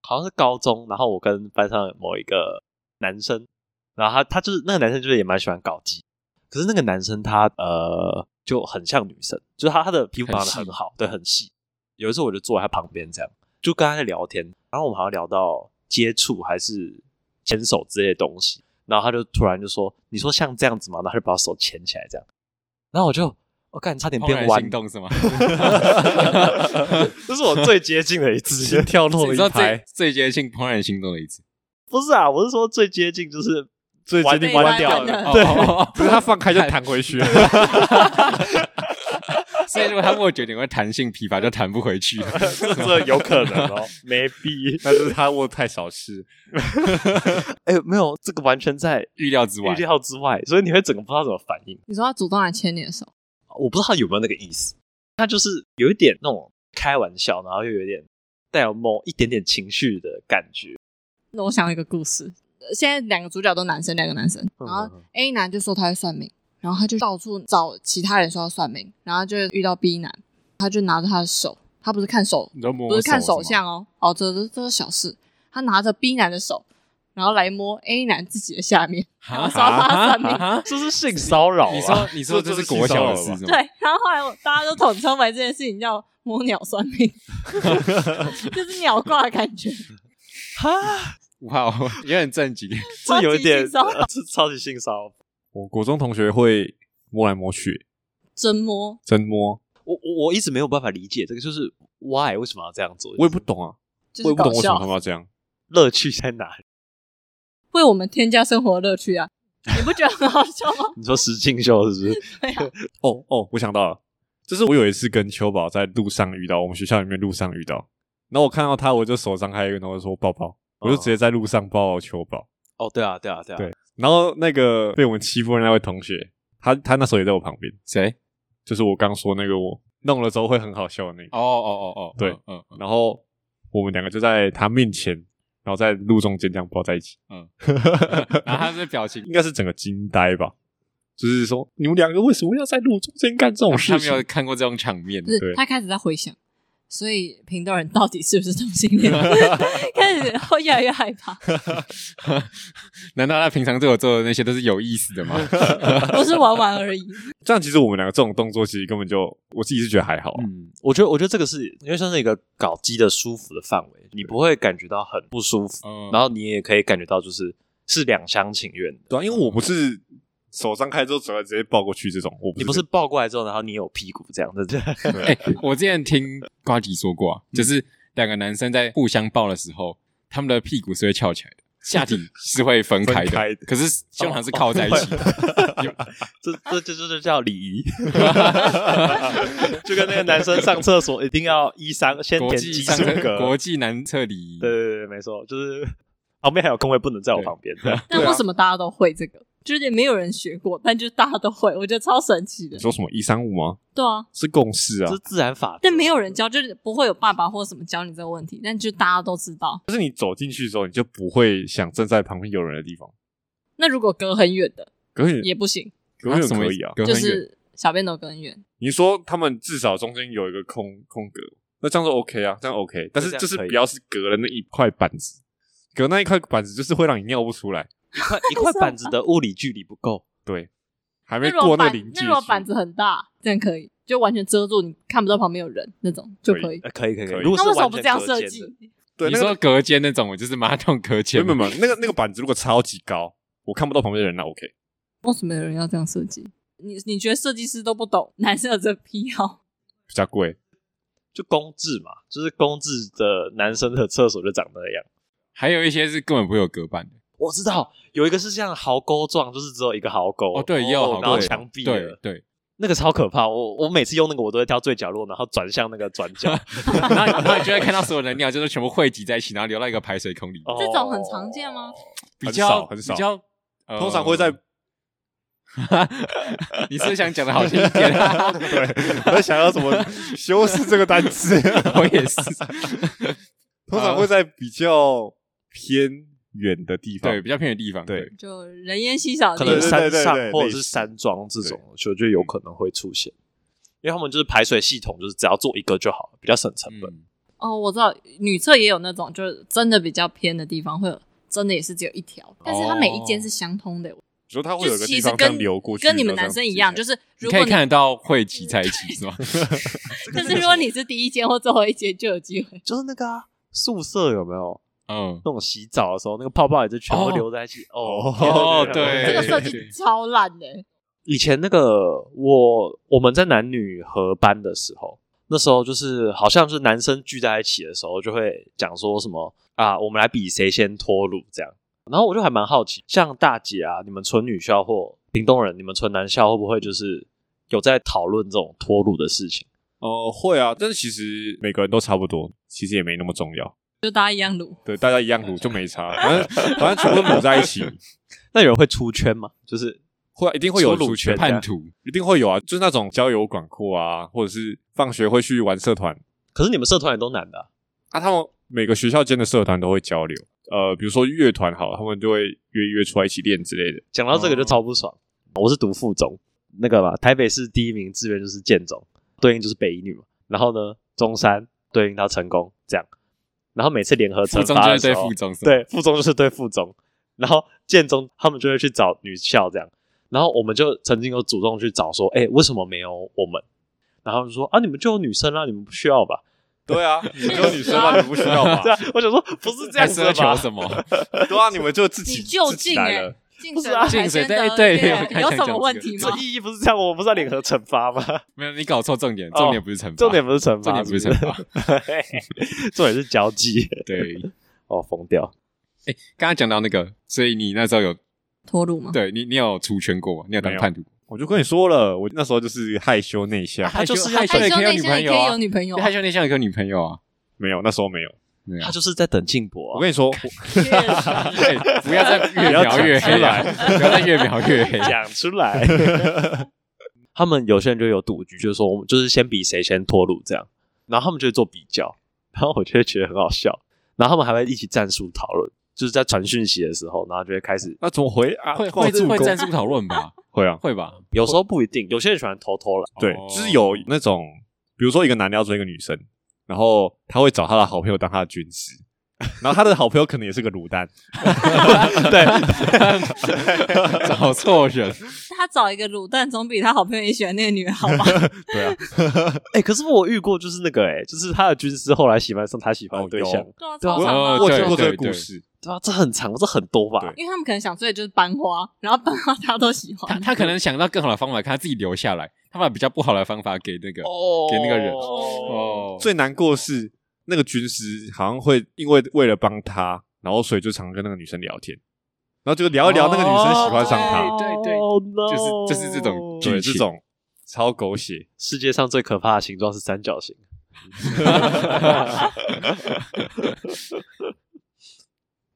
[SPEAKER 4] 好像是高中，然后我跟班上某一个男生，然后他他就是那个男生就是也蛮喜欢搞基，可是那个男生他呃就很像女生，就是他他的皮肤保养的很好，对，很细。有一次我就坐在他旁边这样，就跟他在聊天，然后我们好像聊到接触还是牵手之类的东西，然后他就突然就说：“你说像这样子吗？”然后他就把手牵起来这样，然后我就我干、差点
[SPEAKER 3] 怦
[SPEAKER 4] 变
[SPEAKER 3] 然
[SPEAKER 4] 弯
[SPEAKER 3] 心动是吗？
[SPEAKER 4] 这是我最接近的一次
[SPEAKER 1] 跳落
[SPEAKER 3] 你知道最，最接近怦然心动的一 次，
[SPEAKER 4] 不是啊，我是说最接近就是
[SPEAKER 1] 最接近
[SPEAKER 2] 被
[SPEAKER 1] 弯
[SPEAKER 2] 弯
[SPEAKER 1] 掉
[SPEAKER 2] 掉
[SPEAKER 1] 了，
[SPEAKER 2] 了
[SPEAKER 3] 对，哦
[SPEAKER 1] 可是他放开就弹回去了。
[SPEAKER 3] 所以如果他握久点，会弹性疲乏，就弹不回 去了。
[SPEAKER 4] 这有可能哦，maybe。
[SPEAKER 1] 那就是他握太少事，
[SPEAKER 4] 哎、没有，这个完全在
[SPEAKER 3] 预料之
[SPEAKER 4] 预
[SPEAKER 3] 外，
[SPEAKER 4] 料之外，所以你会整个不知道怎么反应。
[SPEAKER 2] 你说他主动来牵你的手，
[SPEAKER 4] 我不知道他有没有那个意思，他就是有一点那种开玩笑，然后又有点带有某一点点情绪的感觉。
[SPEAKER 2] 那我想到一个故事。呃现在两个主角都男生，两个男生，
[SPEAKER 4] 嗯
[SPEAKER 2] 然后 A 男就说他会算命，然后他就到处找其他人说要算命，然后就遇到 B 男，他就拿着他的手，他不是看手
[SPEAKER 3] 你知道摸
[SPEAKER 2] 不是看手
[SPEAKER 3] 手
[SPEAKER 2] 相哦，哦，这这这是小事。他拿着 B 男的手，然后来摸 A 男自己的下面，
[SPEAKER 3] 吗，
[SPEAKER 2] 然后烧他算命。
[SPEAKER 3] 啊
[SPEAKER 4] 这是性骚扰
[SPEAKER 3] 你
[SPEAKER 4] 啊！
[SPEAKER 3] 说你说
[SPEAKER 1] 这
[SPEAKER 3] 这是
[SPEAKER 1] 这是
[SPEAKER 3] 国小的
[SPEAKER 1] 性骚扰
[SPEAKER 3] 事
[SPEAKER 1] 吧
[SPEAKER 3] 是
[SPEAKER 2] 对
[SPEAKER 3] 吗？，
[SPEAKER 2] 然后后来我大家都统称为这件事情叫 摸鸟算命， 就是鸟挂的感觉。
[SPEAKER 1] 嗯
[SPEAKER 4] 哈，
[SPEAKER 3] 哇，我也很震惊。
[SPEAKER 4] 这有一
[SPEAKER 2] 超级
[SPEAKER 4] 点，
[SPEAKER 2] 性骚扰
[SPEAKER 4] 呃这超级性骚扰。
[SPEAKER 1] 我国中同学会摸来摸去，
[SPEAKER 2] 真摸，
[SPEAKER 1] 真摸，
[SPEAKER 4] 我我我一直没有办法理解这个，就是 why 为什么要这样做？
[SPEAKER 1] 我也不懂啊，
[SPEAKER 2] 就
[SPEAKER 1] 我也
[SPEAKER 2] 是
[SPEAKER 1] 不懂
[SPEAKER 2] 搞
[SPEAKER 1] 为什么他们
[SPEAKER 2] 笑，
[SPEAKER 1] 要这样。
[SPEAKER 4] 乐趣在哪里？
[SPEAKER 2] 为我们添加生活乐趣啊！你不觉得很好笑吗？
[SPEAKER 4] 你说石进秀是不是？
[SPEAKER 2] 对啊，
[SPEAKER 1] 哦哦，我想到了，就是我有一次跟秋宝在路上遇到，我们学校里面路上遇到，然后我看到他，我就手张开，然后说抱抱，我就直
[SPEAKER 3] 嗯
[SPEAKER 1] 接在路上抱秋宝。
[SPEAKER 4] 哦，对啊，对啊，对啊，
[SPEAKER 1] 对然后那个被我们欺负的那位同学，他他那时候也在我旁边，
[SPEAKER 3] 谁？
[SPEAKER 1] 就是我刚说那个我弄了之后会很好笑的那个。
[SPEAKER 3] 哦哦哦哦，
[SPEAKER 1] 对
[SPEAKER 3] 嗯，嗯嗯，
[SPEAKER 1] 然后我们两个就在他面前，然后在路中间这样抱在一起，
[SPEAKER 3] 嗯然后他这表情，
[SPEAKER 1] 应该是整个惊呆吧。就是说，你们两个为什么要在路中间干这种
[SPEAKER 3] 他
[SPEAKER 1] 事
[SPEAKER 3] 没
[SPEAKER 1] 情？
[SPEAKER 3] 有看过这种场面
[SPEAKER 2] 不。是
[SPEAKER 1] 对
[SPEAKER 2] 他开始在回想，所以平豆人到底是不是同性恋？开始会越来越害怕。
[SPEAKER 3] 难道他平常对我做的那些都是有意思的 吗？
[SPEAKER 2] 不是玩玩而已。
[SPEAKER 1] 这样其实我们两个这种动作，其实根本就我自己是觉得还好啊、
[SPEAKER 4] 嗯，我觉得，我觉得这个是因为算是一个搞基的舒服的范围，你不会感觉到很不舒服，
[SPEAKER 3] 嗯
[SPEAKER 4] 然后你也可以感觉到就是是两厢情愿的。
[SPEAKER 1] 对啊，因为我不是手张开之后整个直接抱过去这种，我
[SPEAKER 4] 你不是抱过来之后，然后你有屁股 这样子，
[SPEAKER 1] 对嗯
[SPEAKER 3] 哎、我之前听 瓜吉说过、啊，就是两个男生在互相抱的时候，他们的屁股是会翘起来的。下体是会分开
[SPEAKER 1] 分
[SPEAKER 3] 的，
[SPEAKER 1] 开的哦
[SPEAKER 3] 可是胸膛是靠在一起的。
[SPEAKER 4] 这这这就是叫礼仪，就跟那个男生上厕所一定要一三先
[SPEAKER 3] 国
[SPEAKER 4] 点
[SPEAKER 3] 际
[SPEAKER 4] 基
[SPEAKER 3] 上
[SPEAKER 4] 数格，
[SPEAKER 3] 国际男厕礼仪，
[SPEAKER 4] 对对对，没错，就是旁边还有空位不能在我旁 边，这样
[SPEAKER 2] 但
[SPEAKER 1] 对啊
[SPEAKER 2] 为什么大家都会这个？就是也没有人学过，但就是大家都会，我觉得超神奇的
[SPEAKER 1] 你。说什么一三五吗？
[SPEAKER 2] 对啊，
[SPEAKER 1] 是共识啊
[SPEAKER 4] 这是，自然法则。
[SPEAKER 2] 但没有人教，就是不会有爸爸或什么教你这个问题，但就大家都知道。
[SPEAKER 1] 就是你走进去的时候，你就不会想站在旁边有人的地方。
[SPEAKER 2] 那如果隔很远的
[SPEAKER 1] 可是
[SPEAKER 2] 也不行，
[SPEAKER 1] 可是
[SPEAKER 3] 什么
[SPEAKER 1] 可以啊，
[SPEAKER 3] 隔
[SPEAKER 2] 就
[SPEAKER 3] 很远
[SPEAKER 2] 是小便斗隔很远。
[SPEAKER 1] 你说他们至少中间有一个空空格，那这样就 OK 啊，这样 OK。但是
[SPEAKER 4] 这样
[SPEAKER 1] 就是
[SPEAKER 4] 可以
[SPEAKER 1] 不要是隔了那一块板子，隔那一块板子就是会让你尿不出来，
[SPEAKER 4] 一块 一块板子的物理距离不够，
[SPEAKER 1] 还没
[SPEAKER 2] 那如果
[SPEAKER 1] 过那
[SPEAKER 2] 板
[SPEAKER 1] 个临界
[SPEAKER 2] 那如果
[SPEAKER 1] 区
[SPEAKER 2] 板子很大，这样可以，就完全遮住，你看不到旁边有人那种就可以。
[SPEAKER 4] 呃可以可以可
[SPEAKER 1] 可以
[SPEAKER 4] 以。如果
[SPEAKER 2] 那
[SPEAKER 4] 是
[SPEAKER 2] 为什么
[SPEAKER 4] 完
[SPEAKER 2] 不
[SPEAKER 4] 全
[SPEAKER 2] 这样
[SPEAKER 4] 隔
[SPEAKER 2] 设
[SPEAKER 4] 间
[SPEAKER 2] 计
[SPEAKER 4] 的？
[SPEAKER 1] 对，
[SPEAKER 3] 你
[SPEAKER 1] 那
[SPEAKER 3] 说
[SPEAKER 1] 个
[SPEAKER 3] 隔间那种，我就是马桶隔
[SPEAKER 1] 没有
[SPEAKER 3] 间
[SPEAKER 1] 没
[SPEAKER 3] 嘛，
[SPEAKER 1] 有没有，那个那个板子如果超级高，我看不到旁边的人，那 OK。
[SPEAKER 2] 为什么有人要这样设计？你你觉得设计师都不懂男生有这癖好？
[SPEAKER 1] 比较贵，
[SPEAKER 4] 就公制嘛，就是公制的男生的厕所就长那样。
[SPEAKER 3] 还有一些是根本不会有隔板的。
[SPEAKER 4] 我知道有一个是像壕沟状，就是只有一个壕沟
[SPEAKER 3] 哦，对，也有好
[SPEAKER 4] 然后
[SPEAKER 3] 过
[SPEAKER 4] 墙壁
[SPEAKER 3] 对
[SPEAKER 4] 的，
[SPEAKER 3] 对，
[SPEAKER 4] 那个超可怕。我我每次用那个，我都会挑最角落，然后转向那个转角。
[SPEAKER 3] 然后然后你就会看到所有的尿就是全部汇集在一起，然后流到一个排水孔里，
[SPEAKER 4] 哦
[SPEAKER 2] 这种很常见吗？
[SPEAKER 3] 比
[SPEAKER 1] 很
[SPEAKER 3] 较
[SPEAKER 1] 少很少
[SPEAKER 3] 比较。呃
[SPEAKER 1] 通常会在
[SPEAKER 3] 你是不是想讲的好听一点、 啊，
[SPEAKER 1] 对，我在想要怎么 修饰这个单 词，
[SPEAKER 3] 我也是。
[SPEAKER 1] 通常会在比较偏远的地方
[SPEAKER 3] 对，，比较偏远的地方，
[SPEAKER 1] 对
[SPEAKER 3] 对，
[SPEAKER 2] 就人烟稀少的
[SPEAKER 4] 可
[SPEAKER 2] 地
[SPEAKER 4] 能
[SPEAKER 1] 对
[SPEAKER 2] 方，
[SPEAKER 1] 对
[SPEAKER 4] 山
[SPEAKER 1] 对
[SPEAKER 4] 上
[SPEAKER 1] 对
[SPEAKER 4] 或者
[SPEAKER 1] 类
[SPEAKER 4] 是
[SPEAKER 1] 似
[SPEAKER 4] 山庄这种，我觉得就有可能会出现，因为他们就是排水系统，就是只要做一个就好了，比较省成本。
[SPEAKER 3] 嗯，
[SPEAKER 2] 哦，我知道女厕也有那种，就是真的比较偏的地方会有，真的也是只有一条，但是它每一间是相通的，
[SPEAKER 1] 你说它会有一
[SPEAKER 2] 就
[SPEAKER 1] 个
[SPEAKER 2] 其
[SPEAKER 1] 地
[SPEAKER 2] 实
[SPEAKER 1] 方这
[SPEAKER 2] 跟
[SPEAKER 1] 样流过去，
[SPEAKER 2] 跟你们
[SPEAKER 1] 然后这
[SPEAKER 2] 男生一
[SPEAKER 1] 挤
[SPEAKER 2] 样，
[SPEAKER 1] 开
[SPEAKER 2] 就是
[SPEAKER 3] 你
[SPEAKER 2] 如
[SPEAKER 3] 可
[SPEAKER 2] 果
[SPEAKER 3] 以
[SPEAKER 2] 你
[SPEAKER 3] 看得到汇集在一起是吗？
[SPEAKER 2] 但是如果你是第一间或最后一间，就有机会。
[SPEAKER 4] 就是那个、啊、宿舍有没有
[SPEAKER 3] 嗯，
[SPEAKER 4] 那种洗澡的时候，那个泡泡也是全部
[SPEAKER 3] 哦
[SPEAKER 4] 留在一起？哦
[SPEAKER 1] 哦
[SPEAKER 3] 哦对
[SPEAKER 2] 这个设计超烂的、
[SPEAKER 4] 以前那个我我们在男女合班的时候，那时候就是好像是男生聚在一起的时候，就会讲说什么啊，我们来比谁先脱乳这样。然后我就还蛮好奇，像大姐啊，你们纯女校或屏东人，你们纯男校会不会就是有在讨论这种脱乳的事情？
[SPEAKER 1] 哦，会啊，但是其实每个人都差不多，其实也没那么重要。
[SPEAKER 2] 就大家一样卤。
[SPEAKER 1] 对，大家一样卤就没差，反正反正全部卤在一起，
[SPEAKER 4] 那有人会出圈吗？就是
[SPEAKER 1] 会啊一定会有
[SPEAKER 4] 出
[SPEAKER 1] 出
[SPEAKER 4] 卤
[SPEAKER 1] 圈
[SPEAKER 4] 圈
[SPEAKER 1] 的啊，
[SPEAKER 3] 叛徒，
[SPEAKER 1] 一定会有啊，就是那种交友广阔啊，或者是放学会去玩社团
[SPEAKER 4] 可是你们社团也都男的啊、
[SPEAKER 1] 啊，他们每个学校间的社团都会交流，呃，比如说乐团好，他们就会约一约出来一起练之类的。
[SPEAKER 4] 讲到这
[SPEAKER 3] 哦
[SPEAKER 4] 个就超不爽。我是读附中，那个嘛，台北市第一名志愿就是建中，对应就是北一女嘛。然后呢，中山对应到成功这样。然后每次联合
[SPEAKER 3] 附
[SPEAKER 4] 惩
[SPEAKER 3] 中
[SPEAKER 4] 罚
[SPEAKER 3] 就
[SPEAKER 4] 的
[SPEAKER 3] 是对
[SPEAKER 4] 时候
[SPEAKER 3] 附，中，是吗，
[SPEAKER 4] 对附中就是对附中，然后建中他们就会去找女校这样。然后我们就曾经有主动去找说，哎，为什么没有我们？然后就说啊，你们就有女生啦、你们不需要吧？
[SPEAKER 1] 对啊，你们就女生嘛，你们不需要吧
[SPEAKER 4] 对？啊，我想说不是这
[SPEAKER 3] 在
[SPEAKER 4] 样子
[SPEAKER 3] 奢
[SPEAKER 4] 的吧
[SPEAKER 3] 求？什么？
[SPEAKER 1] 对啊，你们就自己
[SPEAKER 2] 你就
[SPEAKER 1] 自己
[SPEAKER 2] 近
[SPEAKER 1] 来
[SPEAKER 2] 哎、
[SPEAKER 1] 了
[SPEAKER 2] 欸，近
[SPEAKER 4] 不是
[SPEAKER 2] 水
[SPEAKER 4] 啊
[SPEAKER 2] 海
[SPEAKER 3] 近水
[SPEAKER 2] 鲜
[SPEAKER 3] 对
[SPEAKER 2] 得
[SPEAKER 3] 对
[SPEAKER 2] 月
[SPEAKER 3] 对
[SPEAKER 2] 啊有
[SPEAKER 3] 我刚想
[SPEAKER 2] 什么
[SPEAKER 3] 讲
[SPEAKER 2] 问
[SPEAKER 3] 这个
[SPEAKER 2] 题吗
[SPEAKER 4] 这？意义不是这样，我们不是要联合惩罚吗？
[SPEAKER 3] 没有，你搞错重点，
[SPEAKER 4] 哦
[SPEAKER 3] 重点不是惩罚，
[SPEAKER 4] 重点不是惩
[SPEAKER 3] 啊重
[SPEAKER 4] 罚，
[SPEAKER 3] 点不是惩罚，
[SPEAKER 4] 罚，重点是交 际。
[SPEAKER 3] 对。
[SPEAKER 4] 哦，疯掉！
[SPEAKER 3] 刚刚讲到那个，所以你那时候有
[SPEAKER 2] 脱乳吗？
[SPEAKER 3] 对你，你有出圈过吗？你有当
[SPEAKER 1] 没有
[SPEAKER 3] 叛徒？
[SPEAKER 1] 我就跟你说了，我那时候就是害羞内向，
[SPEAKER 4] 他就是要
[SPEAKER 3] 害羞
[SPEAKER 2] 害
[SPEAKER 3] 也
[SPEAKER 2] 羞
[SPEAKER 3] 可以有
[SPEAKER 2] 内
[SPEAKER 3] 女
[SPEAKER 2] 向
[SPEAKER 3] 朋
[SPEAKER 2] 也
[SPEAKER 3] 友
[SPEAKER 2] 可以
[SPEAKER 3] 啊
[SPEAKER 2] 有，女朋友啊
[SPEAKER 3] 害，羞内向也可以有女朋友啊。
[SPEAKER 1] 没有，那时候没有。
[SPEAKER 3] 没有
[SPEAKER 4] 他，就是在等静博、啊
[SPEAKER 1] 我跟你说，啊 哎
[SPEAKER 3] 对不要再越描越黑了，不要再越描越黑。
[SPEAKER 4] 讲出来。 他们有些人就有赌局，就是说我们就是先比谁先脱乳这样，然后他们就会做比较，然后我就会觉得很好笑，然后他们还会一起战术讨论，就是在传讯息的时候，然后就会开始，
[SPEAKER 1] 那怎么回啊？
[SPEAKER 3] 会
[SPEAKER 1] 帮我
[SPEAKER 3] 会
[SPEAKER 1] 助
[SPEAKER 3] 会
[SPEAKER 1] 攻
[SPEAKER 3] 战术讨论吧？
[SPEAKER 1] 会啊，
[SPEAKER 3] 会吧？
[SPEAKER 4] 有时候不一定，有些人喜欢偷偷来，
[SPEAKER 1] 对，
[SPEAKER 3] 哦
[SPEAKER 1] 就是有那种，比如说一个男的要追一个女生，然后他会找他的好朋友当他的军 师，然后他的好朋友可能也是个卤蛋，
[SPEAKER 3] 找错人，
[SPEAKER 2] 他找一个卤蛋总比他好朋友也喜欢那个女的好 吧？
[SPEAKER 1] 对啊，
[SPEAKER 4] 哎、可是我遇过就是那个哎、就是他的军师后来喜欢上他喜欢的对
[SPEAKER 1] 哦有
[SPEAKER 4] 象，
[SPEAKER 2] 对啊，
[SPEAKER 4] 对啊
[SPEAKER 2] 超常
[SPEAKER 3] 哦
[SPEAKER 2] 啊
[SPEAKER 1] 我
[SPEAKER 3] 对
[SPEAKER 1] 听过这个故事，
[SPEAKER 4] 对啊，这很长，这很多吧
[SPEAKER 1] 对？
[SPEAKER 2] 因为他们可能想追的就是班花，然后班花大家都喜
[SPEAKER 3] 他
[SPEAKER 2] 欢。
[SPEAKER 3] 他可能想到更好的方法，看他自己留下来，他把比较不好的方法给那个
[SPEAKER 4] 哦
[SPEAKER 3] 给那个人
[SPEAKER 4] 哦，
[SPEAKER 3] 哦，
[SPEAKER 1] 最难过的是那个军师好像会因为为了帮他，然后所以就常跟那个女生聊天，然后就聊一聊，那个女生喜欢上他，
[SPEAKER 3] 哦对对
[SPEAKER 4] Oh
[SPEAKER 3] 就是就是这种
[SPEAKER 4] no
[SPEAKER 3] 剧
[SPEAKER 1] 对
[SPEAKER 3] 情
[SPEAKER 1] 这种超狗血，
[SPEAKER 4] 世界上最可怕的形状是三角 形。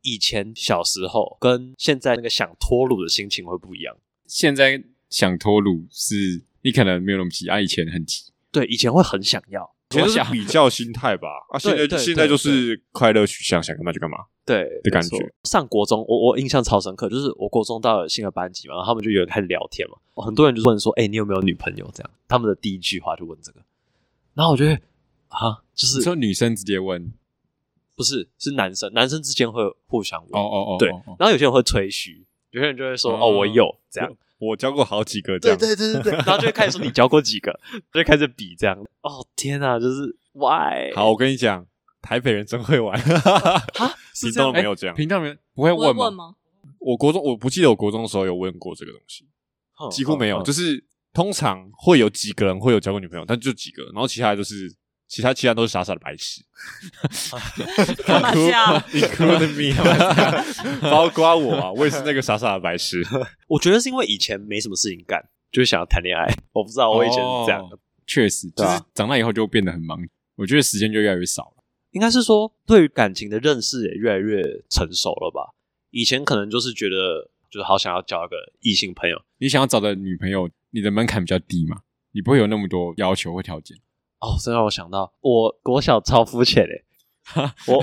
[SPEAKER 4] 以前小时候跟现在那个想脱乳的心情会不一样。
[SPEAKER 3] 现在想脱乳是你可能没有那么急，啊，以前很急。
[SPEAKER 4] 对，以前会很想要。
[SPEAKER 1] 其实是比较心态 吧。啊，现
[SPEAKER 4] 对
[SPEAKER 1] 在
[SPEAKER 4] 对
[SPEAKER 1] 现在
[SPEAKER 4] 对
[SPEAKER 1] 就是快乐取向，想干嘛就干嘛。
[SPEAKER 4] 对
[SPEAKER 1] 的感
[SPEAKER 4] 没错
[SPEAKER 1] 觉
[SPEAKER 4] 上国中，我我印象超深刻，就是我国中到了新的班级嘛，然后他们就有人开始聊天嘛，很多人就问说：“哎、你有没有女朋友？”这样，他们的第一句话就问这个，然后我觉得啊，就
[SPEAKER 3] 你
[SPEAKER 4] 是
[SPEAKER 3] 说女生直接问，
[SPEAKER 4] 不是是男生，男生之间会互相问
[SPEAKER 3] 哦哦哦，
[SPEAKER 4] 对
[SPEAKER 3] 哦哦
[SPEAKER 4] 然后有些人会吹嘘，有些人就会说：“哦，
[SPEAKER 3] 哦
[SPEAKER 4] 我有这样。
[SPEAKER 1] 我教过好几个”这
[SPEAKER 4] 对
[SPEAKER 1] 样，
[SPEAKER 4] 对对对对，然后就会开始说：“你教过几个？”就会开始比这样。哦天啊，就是 why？
[SPEAKER 1] 好，我跟你讲，台北人真会 玩，
[SPEAKER 4] 是
[SPEAKER 1] 你
[SPEAKER 4] 这样
[SPEAKER 1] 都
[SPEAKER 4] 哎
[SPEAKER 1] 没有这样。
[SPEAKER 3] 频道哎没不会
[SPEAKER 2] 我
[SPEAKER 3] 问
[SPEAKER 2] 问
[SPEAKER 3] 吗？
[SPEAKER 2] 吗？
[SPEAKER 1] 我国中我不记得我国中的时候有问过这个东西，
[SPEAKER 4] 哼
[SPEAKER 1] 几乎没有，
[SPEAKER 4] 嗯
[SPEAKER 1] 就是通常会有几个人会有交过女朋友，但就几个，然后其他就是其他其他都是傻傻的白痴。
[SPEAKER 2] 干嘛
[SPEAKER 4] 啊
[SPEAKER 2] 笑？
[SPEAKER 1] Include me，包 括我啊，我也是那个傻傻的白痴。
[SPEAKER 4] 我觉得是因为以前没什么事情干，就是想要谈恋爱。我不知道，我以前是这样。
[SPEAKER 3] 哦确实，就
[SPEAKER 4] 对啊
[SPEAKER 3] 是长大以后就变得很忙，我觉得时间就越来越少了。
[SPEAKER 4] 应该是说对于感情的认识也越来越成熟了吧？以前可能就是觉得就是好想要交一个异性朋友
[SPEAKER 3] 你想要找的女朋友，你的门槛比较低嘛，你不会有那么多要求或条件。
[SPEAKER 4] 哦，这让我想到我国小超肤浅诶。我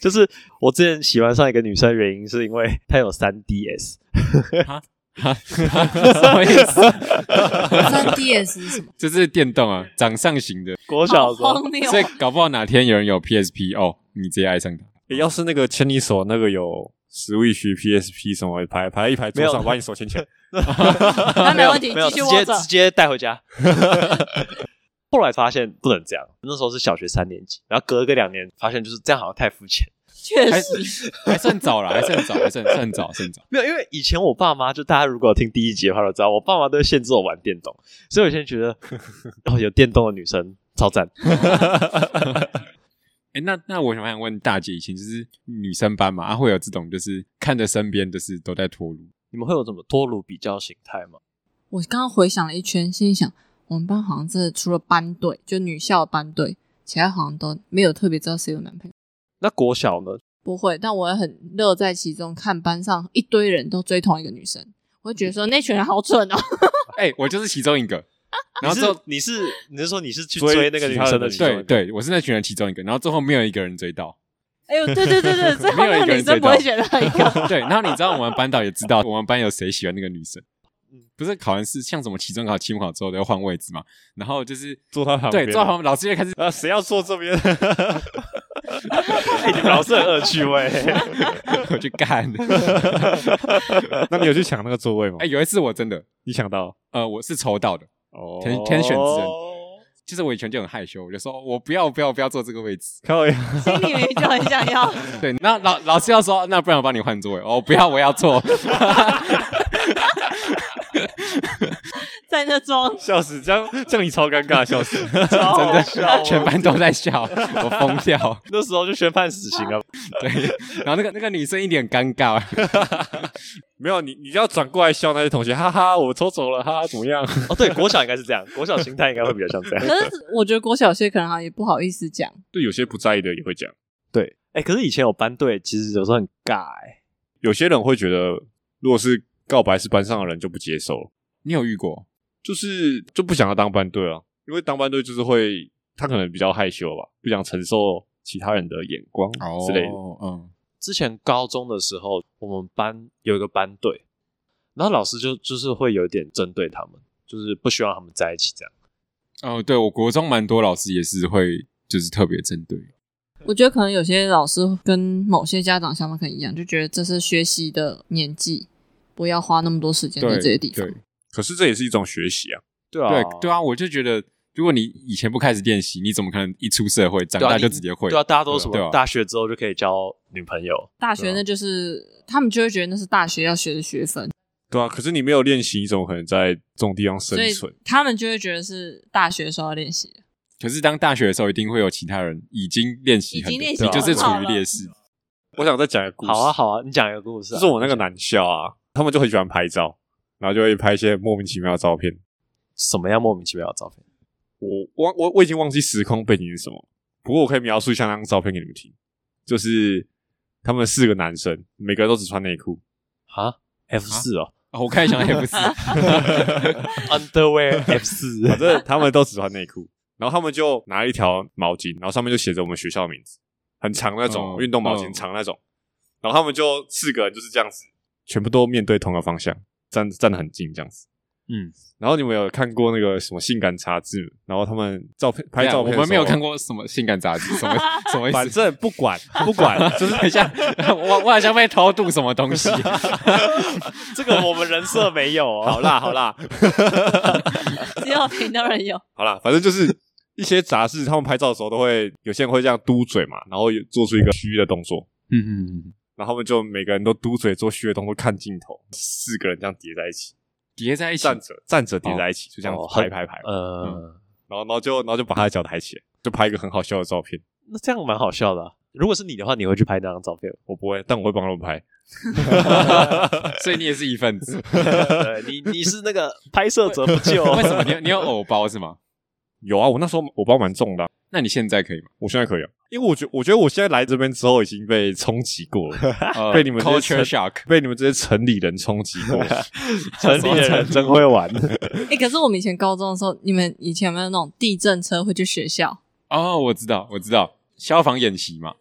[SPEAKER 4] 就是我之前喜欢上一个女生，原因是因为她有三 DS，
[SPEAKER 3] 哈哈什么意 思？
[SPEAKER 2] 三 DS 是什么？
[SPEAKER 3] 这是电动啊，掌上型的，
[SPEAKER 4] 国小
[SPEAKER 2] 好
[SPEAKER 4] 的时候
[SPEAKER 2] 荒谬！啊
[SPEAKER 3] 所以搞不好哪天有人有 PSP 哦，你直接爱上他。
[SPEAKER 1] 欸要是那个牵你手那个有 Switch、PSP 什么排排一排桌
[SPEAKER 4] 没
[SPEAKER 1] 上，
[SPEAKER 4] 有
[SPEAKER 1] 把你手牵起来。
[SPEAKER 2] 那没问题，
[SPEAKER 4] 没有
[SPEAKER 2] 继续
[SPEAKER 4] 直
[SPEAKER 2] 握
[SPEAKER 4] 接
[SPEAKER 2] 着。
[SPEAKER 4] 直接带回家。 后来发现不能这样，那时候是小学三年级，然后隔个两年发现就是这样好像太肤浅。
[SPEAKER 2] 确
[SPEAKER 3] 还
[SPEAKER 2] 实，
[SPEAKER 3] 还算早了，还算早，还算算早，算早。
[SPEAKER 4] 没有，因为以前我爸妈就大家如果有听第一集的话都知道，我爸妈都会限制我玩电动，所以我现在觉得哦有电动的女生超赞。
[SPEAKER 3] 哎、那那我想想问大姐，以前就是女生班嘛，啊会有这种就是看着身边就是都在脱乳，
[SPEAKER 4] 你们会有什么多乳比较形态吗？
[SPEAKER 2] 我刚刚回想了一圈，心里想，我们班好像真的除了班队，就女校的班队，其他好像都没有特别知道谁有男朋友。
[SPEAKER 4] 那国小呢？
[SPEAKER 2] 不会，但我也很乐在其中，看班上一堆人都追同一个女生，我就觉得说那群人好蠢哦。
[SPEAKER 3] 哎、我就是其中一个。 然后之
[SPEAKER 4] 你是
[SPEAKER 3] 后，
[SPEAKER 4] 你是你是说你是去
[SPEAKER 1] 追
[SPEAKER 4] 追那个女生的
[SPEAKER 1] 其
[SPEAKER 4] 其中一
[SPEAKER 3] 对
[SPEAKER 4] 个？
[SPEAKER 3] 对，我是那群人其中一个。然后最后没有一个人追到，
[SPEAKER 2] 哎呦，对对对 对，最后
[SPEAKER 3] 没有一
[SPEAKER 2] 那个
[SPEAKER 3] 个人
[SPEAKER 2] 女生不会选 到一个。
[SPEAKER 3] 对。然后你知道我们班导也知道我们班有谁喜欢那个女生
[SPEAKER 4] 嗯，
[SPEAKER 3] 不是考完试像什么期中考、期末考之后都要换位置嘛，然后就是
[SPEAKER 1] 坐他旁边
[SPEAKER 3] 对，坐他旁边老师就开始
[SPEAKER 1] 啊，谁要坐这 边？
[SPEAKER 4] 哎，你们老师很恶趣味。
[SPEAKER 3] 我去干。
[SPEAKER 1] 那你有去抢那个座位吗
[SPEAKER 3] 哎、？有一次我真的，
[SPEAKER 1] 你抢到
[SPEAKER 3] 呃，我是抽到的，
[SPEAKER 1] 哦
[SPEAKER 3] 天天选之人。
[SPEAKER 4] 哦
[SPEAKER 3] 就是我以前就很害羞，我就说我不要，我不要，我不要坐这个位 置。
[SPEAKER 1] 靠呀！
[SPEAKER 2] 心里面就很想要，
[SPEAKER 3] 对，那老老师要说，那不然我帮你换座位。哦，不要，我要坐。
[SPEAKER 2] 在那装
[SPEAKER 1] 笑死，这样这样你超尴尬， 笑死。
[SPEAKER 4] 超
[SPEAKER 3] 真
[SPEAKER 4] 好
[SPEAKER 3] 的
[SPEAKER 4] 笑，哦
[SPEAKER 3] 全班都在笑，我疯掉。
[SPEAKER 4] 那时候就宣判死刑了。啊
[SPEAKER 3] 对，然后那个那个女生一脸尴尬，
[SPEAKER 1] 没有你，你要转过来笑那些同学，哈哈，我抽走了，哈哈，怎么样？
[SPEAKER 4] 哦，对，国小应该是这样，国小心态应该会比较像 这样。
[SPEAKER 2] 可是我觉得国小有些可能好像也不好意思讲，
[SPEAKER 1] 对，有些不在意的也会讲，
[SPEAKER 4] 对，哎，可是以前有班队，其实有时候很尬哎。
[SPEAKER 1] 有些人会觉得，如果是告白是班上的人就不接受了，
[SPEAKER 3] 你有遇过？
[SPEAKER 1] 就是就不想要当班队啊，因为当班队就是会，他可能比较害羞吧，不想承受其他人的眼光之哦类的。
[SPEAKER 3] 嗯，
[SPEAKER 4] 之前高中的时候，我们班有一个班队，然后老师就就是会有点针对他们，就是不希望他们在一起这样。
[SPEAKER 3] 哦，对我国中蛮多老师也是会，就是特别针对。
[SPEAKER 2] 我觉得可能有些老师跟某些家长想法可能一样，就觉得这是学习的年纪，不要花那么多时间在
[SPEAKER 3] 对
[SPEAKER 2] 这些地方
[SPEAKER 3] 对。
[SPEAKER 1] 可是这也是一种学习啊，
[SPEAKER 4] 对
[SPEAKER 3] 对对啊，我就觉得，如果你以前不开始练习，你怎么可能一出社会长
[SPEAKER 4] 对啊
[SPEAKER 3] 大就
[SPEAKER 4] 你
[SPEAKER 3] 直接会？
[SPEAKER 4] 对啊，大家都什
[SPEAKER 3] 对啊
[SPEAKER 4] 么大学之后就可以交女朋友，
[SPEAKER 2] 大
[SPEAKER 3] 啊
[SPEAKER 2] 学那就是他们就会觉得那是大学要学的学分，
[SPEAKER 1] 对啊。可是你没有练习，你怎么可能在这种地方生
[SPEAKER 2] 所以
[SPEAKER 1] 存？
[SPEAKER 2] 他们就会觉得是大学的时候要练习的。
[SPEAKER 3] 可是当大学的时候，一定会有其他人已经练习很，
[SPEAKER 2] 已经练习
[SPEAKER 3] 你就是处
[SPEAKER 2] 很好
[SPEAKER 3] 于
[SPEAKER 2] 了
[SPEAKER 3] 劣势。
[SPEAKER 1] 我想再讲一个故事。
[SPEAKER 4] 好啊，好啊，你讲一个故事、
[SPEAKER 1] 就
[SPEAKER 4] 啊。
[SPEAKER 1] 是我那个男校啊，他们就很喜欢拍照，然后就会拍一些莫名其妙的照片。
[SPEAKER 4] 什么样莫名其妙的照片？
[SPEAKER 1] 我忘我我已经忘记时空背景是什么，不过我可以描述一下那张照片给你们听。就是他们四个男生，每个人都只穿内裤，
[SPEAKER 4] 啊，F 四哦
[SPEAKER 3] 哦我看一下 F 四，
[SPEAKER 4] ，Underwear F 四，
[SPEAKER 1] 反正他们都只穿内裤。然后他们就拿一条毛巾，然后上面就写着我们学校的名字，很长那种
[SPEAKER 3] 嗯
[SPEAKER 1] 运动毛巾，
[SPEAKER 3] 嗯
[SPEAKER 1] 长那种。然后他们就四个人就是这样子，全部都面对同个方向，站站得很近这样子。
[SPEAKER 4] 嗯，
[SPEAKER 1] 然后你们有看过那个什么性感杂志？然后他们照片拍照片，
[SPEAKER 3] 我们没有看
[SPEAKER 1] 过。
[SPEAKER 3] 过什么性 感杂志，什么什么意
[SPEAKER 1] 反
[SPEAKER 3] 思？
[SPEAKER 1] 正不 管不管，就是
[SPEAKER 3] 等一下，我我好像被偷渡什么东 西。嗯
[SPEAKER 4] 这个我们人设没有哦。
[SPEAKER 1] 好啦好啦
[SPEAKER 2] 只有频道人有，
[SPEAKER 1] 好啦，反正就是一些杂志，他们拍照的时候都会有些人会这样嘟嘴嘛，然后有做出一个虚的动作，
[SPEAKER 3] 嗯，
[SPEAKER 1] 然后他们就每个人都嘟嘴做虚的动作看镜头，四个人这样叠在一起，
[SPEAKER 3] 叠在一起，
[SPEAKER 1] 站着站着叠在一起，就这样子
[SPEAKER 4] 哦
[SPEAKER 1] 拍拍拍，
[SPEAKER 4] 呃，
[SPEAKER 1] 然后然后就然后就把他的脚抬起来，就拍一个很好笑的照片。
[SPEAKER 4] 那这样蛮好笑的啊、如果是你的话，你会去拍那张照片吗？
[SPEAKER 1] 我不会，但我会帮他们拍。
[SPEAKER 3] 所以你也是一份子。
[SPEAKER 4] 对你你是那个拍摄者不救哦
[SPEAKER 3] 为什么你 有你有偶包是吗？
[SPEAKER 1] 有啊，我那时候我包蛮重的啊、
[SPEAKER 3] 那你现在可以 吗？
[SPEAKER 1] 我现在可以、啊，因为我觉我觉得我现在来这边之后已经被冲击过了。
[SPEAKER 3] 呃
[SPEAKER 1] 被你们这些城
[SPEAKER 3] culture shock
[SPEAKER 1] 被你们这些城里人冲击过，
[SPEAKER 4] 城里的人真 会玩？
[SPEAKER 2] 哎、可是我们以前高中的时候，你们以前有没有那种地震车会去学校？
[SPEAKER 3] 哦，我知道，我知道，消防演习嘛，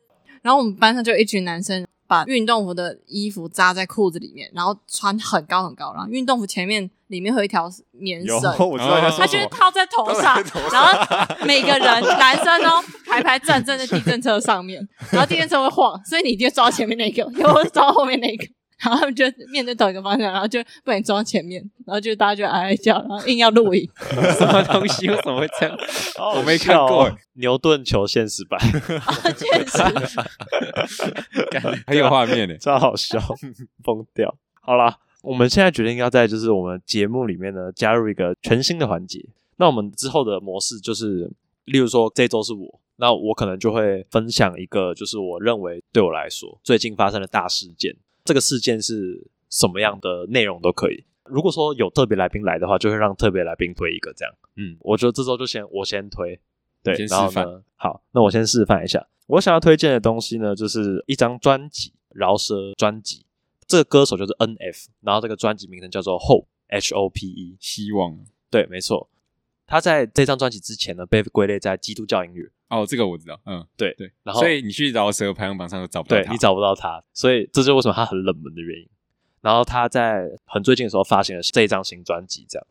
[SPEAKER 2] 然后我们班上就有一群男生把运动服的衣服扎在裤子里面，然后穿很高很高，然后运动服前面里面会有一条棉
[SPEAKER 1] 有
[SPEAKER 2] 绳，
[SPEAKER 1] 我知道你在
[SPEAKER 4] 哦
[SPEAKER 1] 说
[SPEAKER 2] 他
[SPEAKER 1] 什
[SPEAKER 2] 就
[SPEAKER 1] 么
[SPEAKER 2] 是。套在头上，然后每个人男生哦排排站站在地震车上面，然后地震车会晃，所以你就抓前面那个，又会抓后面那个，然后他们就面对同一个方向，然后就不能抓前面，然后就大家就哀哀叫，然后硬要录影，
[SPEAKER 3] 什么东西？为什么会这样？
[SPEAKER 4] 我
[SPEAKER 3] 我没看过
[SPEAKER 4] 哦牛顿球现实版，
[SPEAKER 2] 确实
[SPEAKER 3] 干 很有画面呢。
[SPEAKER 4] 超好笑，疯掉。好啦，我们现在决定要在就是我们节目里面呢加入一个全新的环节。那我们之后的模式就是，例如说这周是我，那我可能就会分享一个就是我认为对我来说最近发生的大事件。这个事件是什么样的内容都可以。如果说有特别来宾来的话，就会让特别来宾推一个这样。
[SPEAKER 3] 嗯，
[SPEAKER 4] 我觉得这周就先我先推，对，
[SPEAKER 3] 你先
[SPEAKER 4] 然后
[SPEAKER 3] 示范
[SPEAKER 4] 呢，好，那我先示范一下。我想要推荐的东西呢，就是一张专辑，饶舌专辑。这个歌手就是 N F，然后这个专辑名称叫做 Hope H O P E。
[SPEAKER 3] 希望
[SPEAKER 4] 对，没错。他在这张专辑之前呢，被归类在基督教音乐。
[SPEAKER 3] 哦，这个我知道，嗯，
[SPEAKER 4] 对
[SPEAKER 3] 对。
[SPEAKER 4] 然后
[SPEAKER 3] 所以你去饶舌排行榜上都找不到
[SPEAKER 4] 对
[SPEAKER 3] 他，
[SPEAKER 4] 你找不到他，所以这就是为什么他很冷门的原因。然后他在很最近的时候发行了这一张新专辑，这样。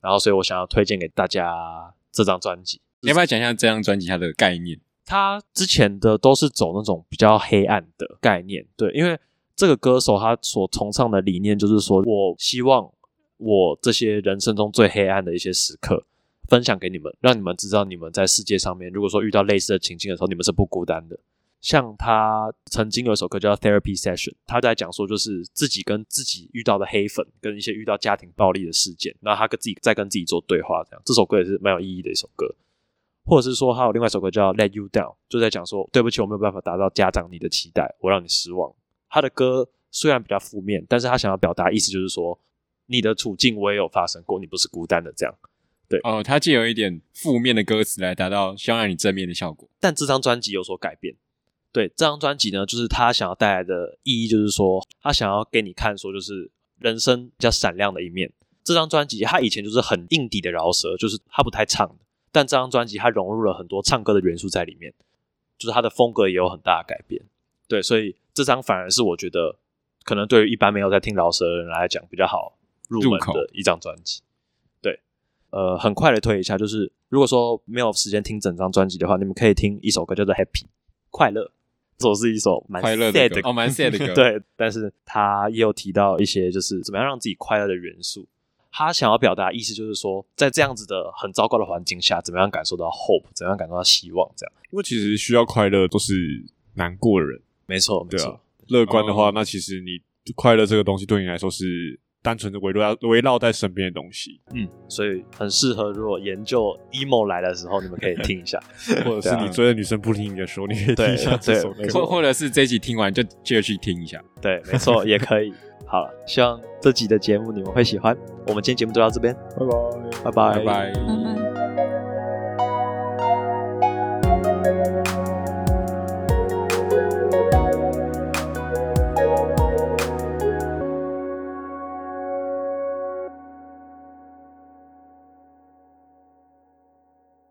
[SPEAKER 4] 然后，所以我想要推荐给大家这张专辑。
[SPEAKER 3] 你要不要讲一下这张专辑它的概念？
[SPEAKER 4] 他之前的都是走那种比较黑暗的概念，对，因为这个歌手他所崇尚的理念就是说，我希望我这些人生中最黑暗的一些时刻分享给你们，让你们知道你们在世界上面，如果说遇到类似的情境的时候，你们是不孤单的。像他曾经有一首歌叫《Therapy Session》，他在讲说，就是自己跟自己遇到的黑粉，跟一些遇到家庭暴力的事件，然后他跟自己在跟自己做对话，这样这首歌也是蛮有意义的一首歌。或者是说，还有另外一首歌叫《Let You Down》，就在讲说，对不起，我没有办法达到家长你的期待，我让你失望。他的歌虽然比较负面，但是他想要表达意思就是说，你的处境我也有发生过，你不是孤单的这样。
[SPEAKER 3] 哦，它借由一点负面的歌词来达到希望让你正面的效果。
[SPEAKER 4] 但这张专辑有所改变。对，这张专辑呢，就是他想要带来的意义，就是说他想要给你看，说就是人生比较闪亮的一面。这张专辑他以前就是很硬底的饶舌，就是他不太唱的，但这张专辑他融入了很多唱歌的元素在里面，就是他的风格也有很大的改变。对，所以这张反而是我觉得可能对于一般没有在听饶舌的人来讲比较好入
[SPEAKER 3] 入
[SPEAKER 4] 门
[SPEAKER 3] 口
[SPEAKER 4] 的一张专辑。呃，很快的推一下，就是如果说没有时间听整张专辑的话，你们可以听一首歌叫做《Happy 快乐》，这首是一首蛮
[SPEAKER 3] 快乐
[SPEAKER 4] sad
[SPEAKER 3] 的歌，哦，蛮 sad 的歌。，
[SPEAKER 4] 对，但是他也有提到一些就是怎么样让自己快乐的元素。他想要表达的意思就是说，在这样子的很糟糕的环境下，怎么样感受到 hope，怎么样感受到希望，这样
[SPEAKER 1] 因为其实需要快乐都是难过的人，
[SPEAKER 4] 没错，没
[SPEAKER 1] 对
[SPEAKER 4] 错，
[SPEAKER 1] 啊乐观的话，
[SPEAKER 3] 哦
[SPEAKER 1] 那其实你快乐这个东西对你来说是单纯的围绕围绕在身边的东西，
[SPEAKER 4] 嗯，所以很适合如果研究 emo 来的时候，你们可以听 一下。
[SPEAKER 1] 或者是你追的女生不听你的时候，你可以听
[SPEAKER 4] 啊对
[SPEAKER 1] 一下这首
[SPEAKER 4] 对没
[SPEAKER 1] 歌。
[SPEAKER 4] 错
[SPEAKER 3] 或或者是这一集听完就接着去听一下。
[SPEAKER 4] 对，没错，也可以。好了，希望这集的节目你们会喜欢。我们今天节目就到这边，
[SPEAKER 1] 拜拜。
[SPEAKER 4] 拜拜
[SPEAKER 3] 拜拜。
[SPEAKER 2] 拜拜。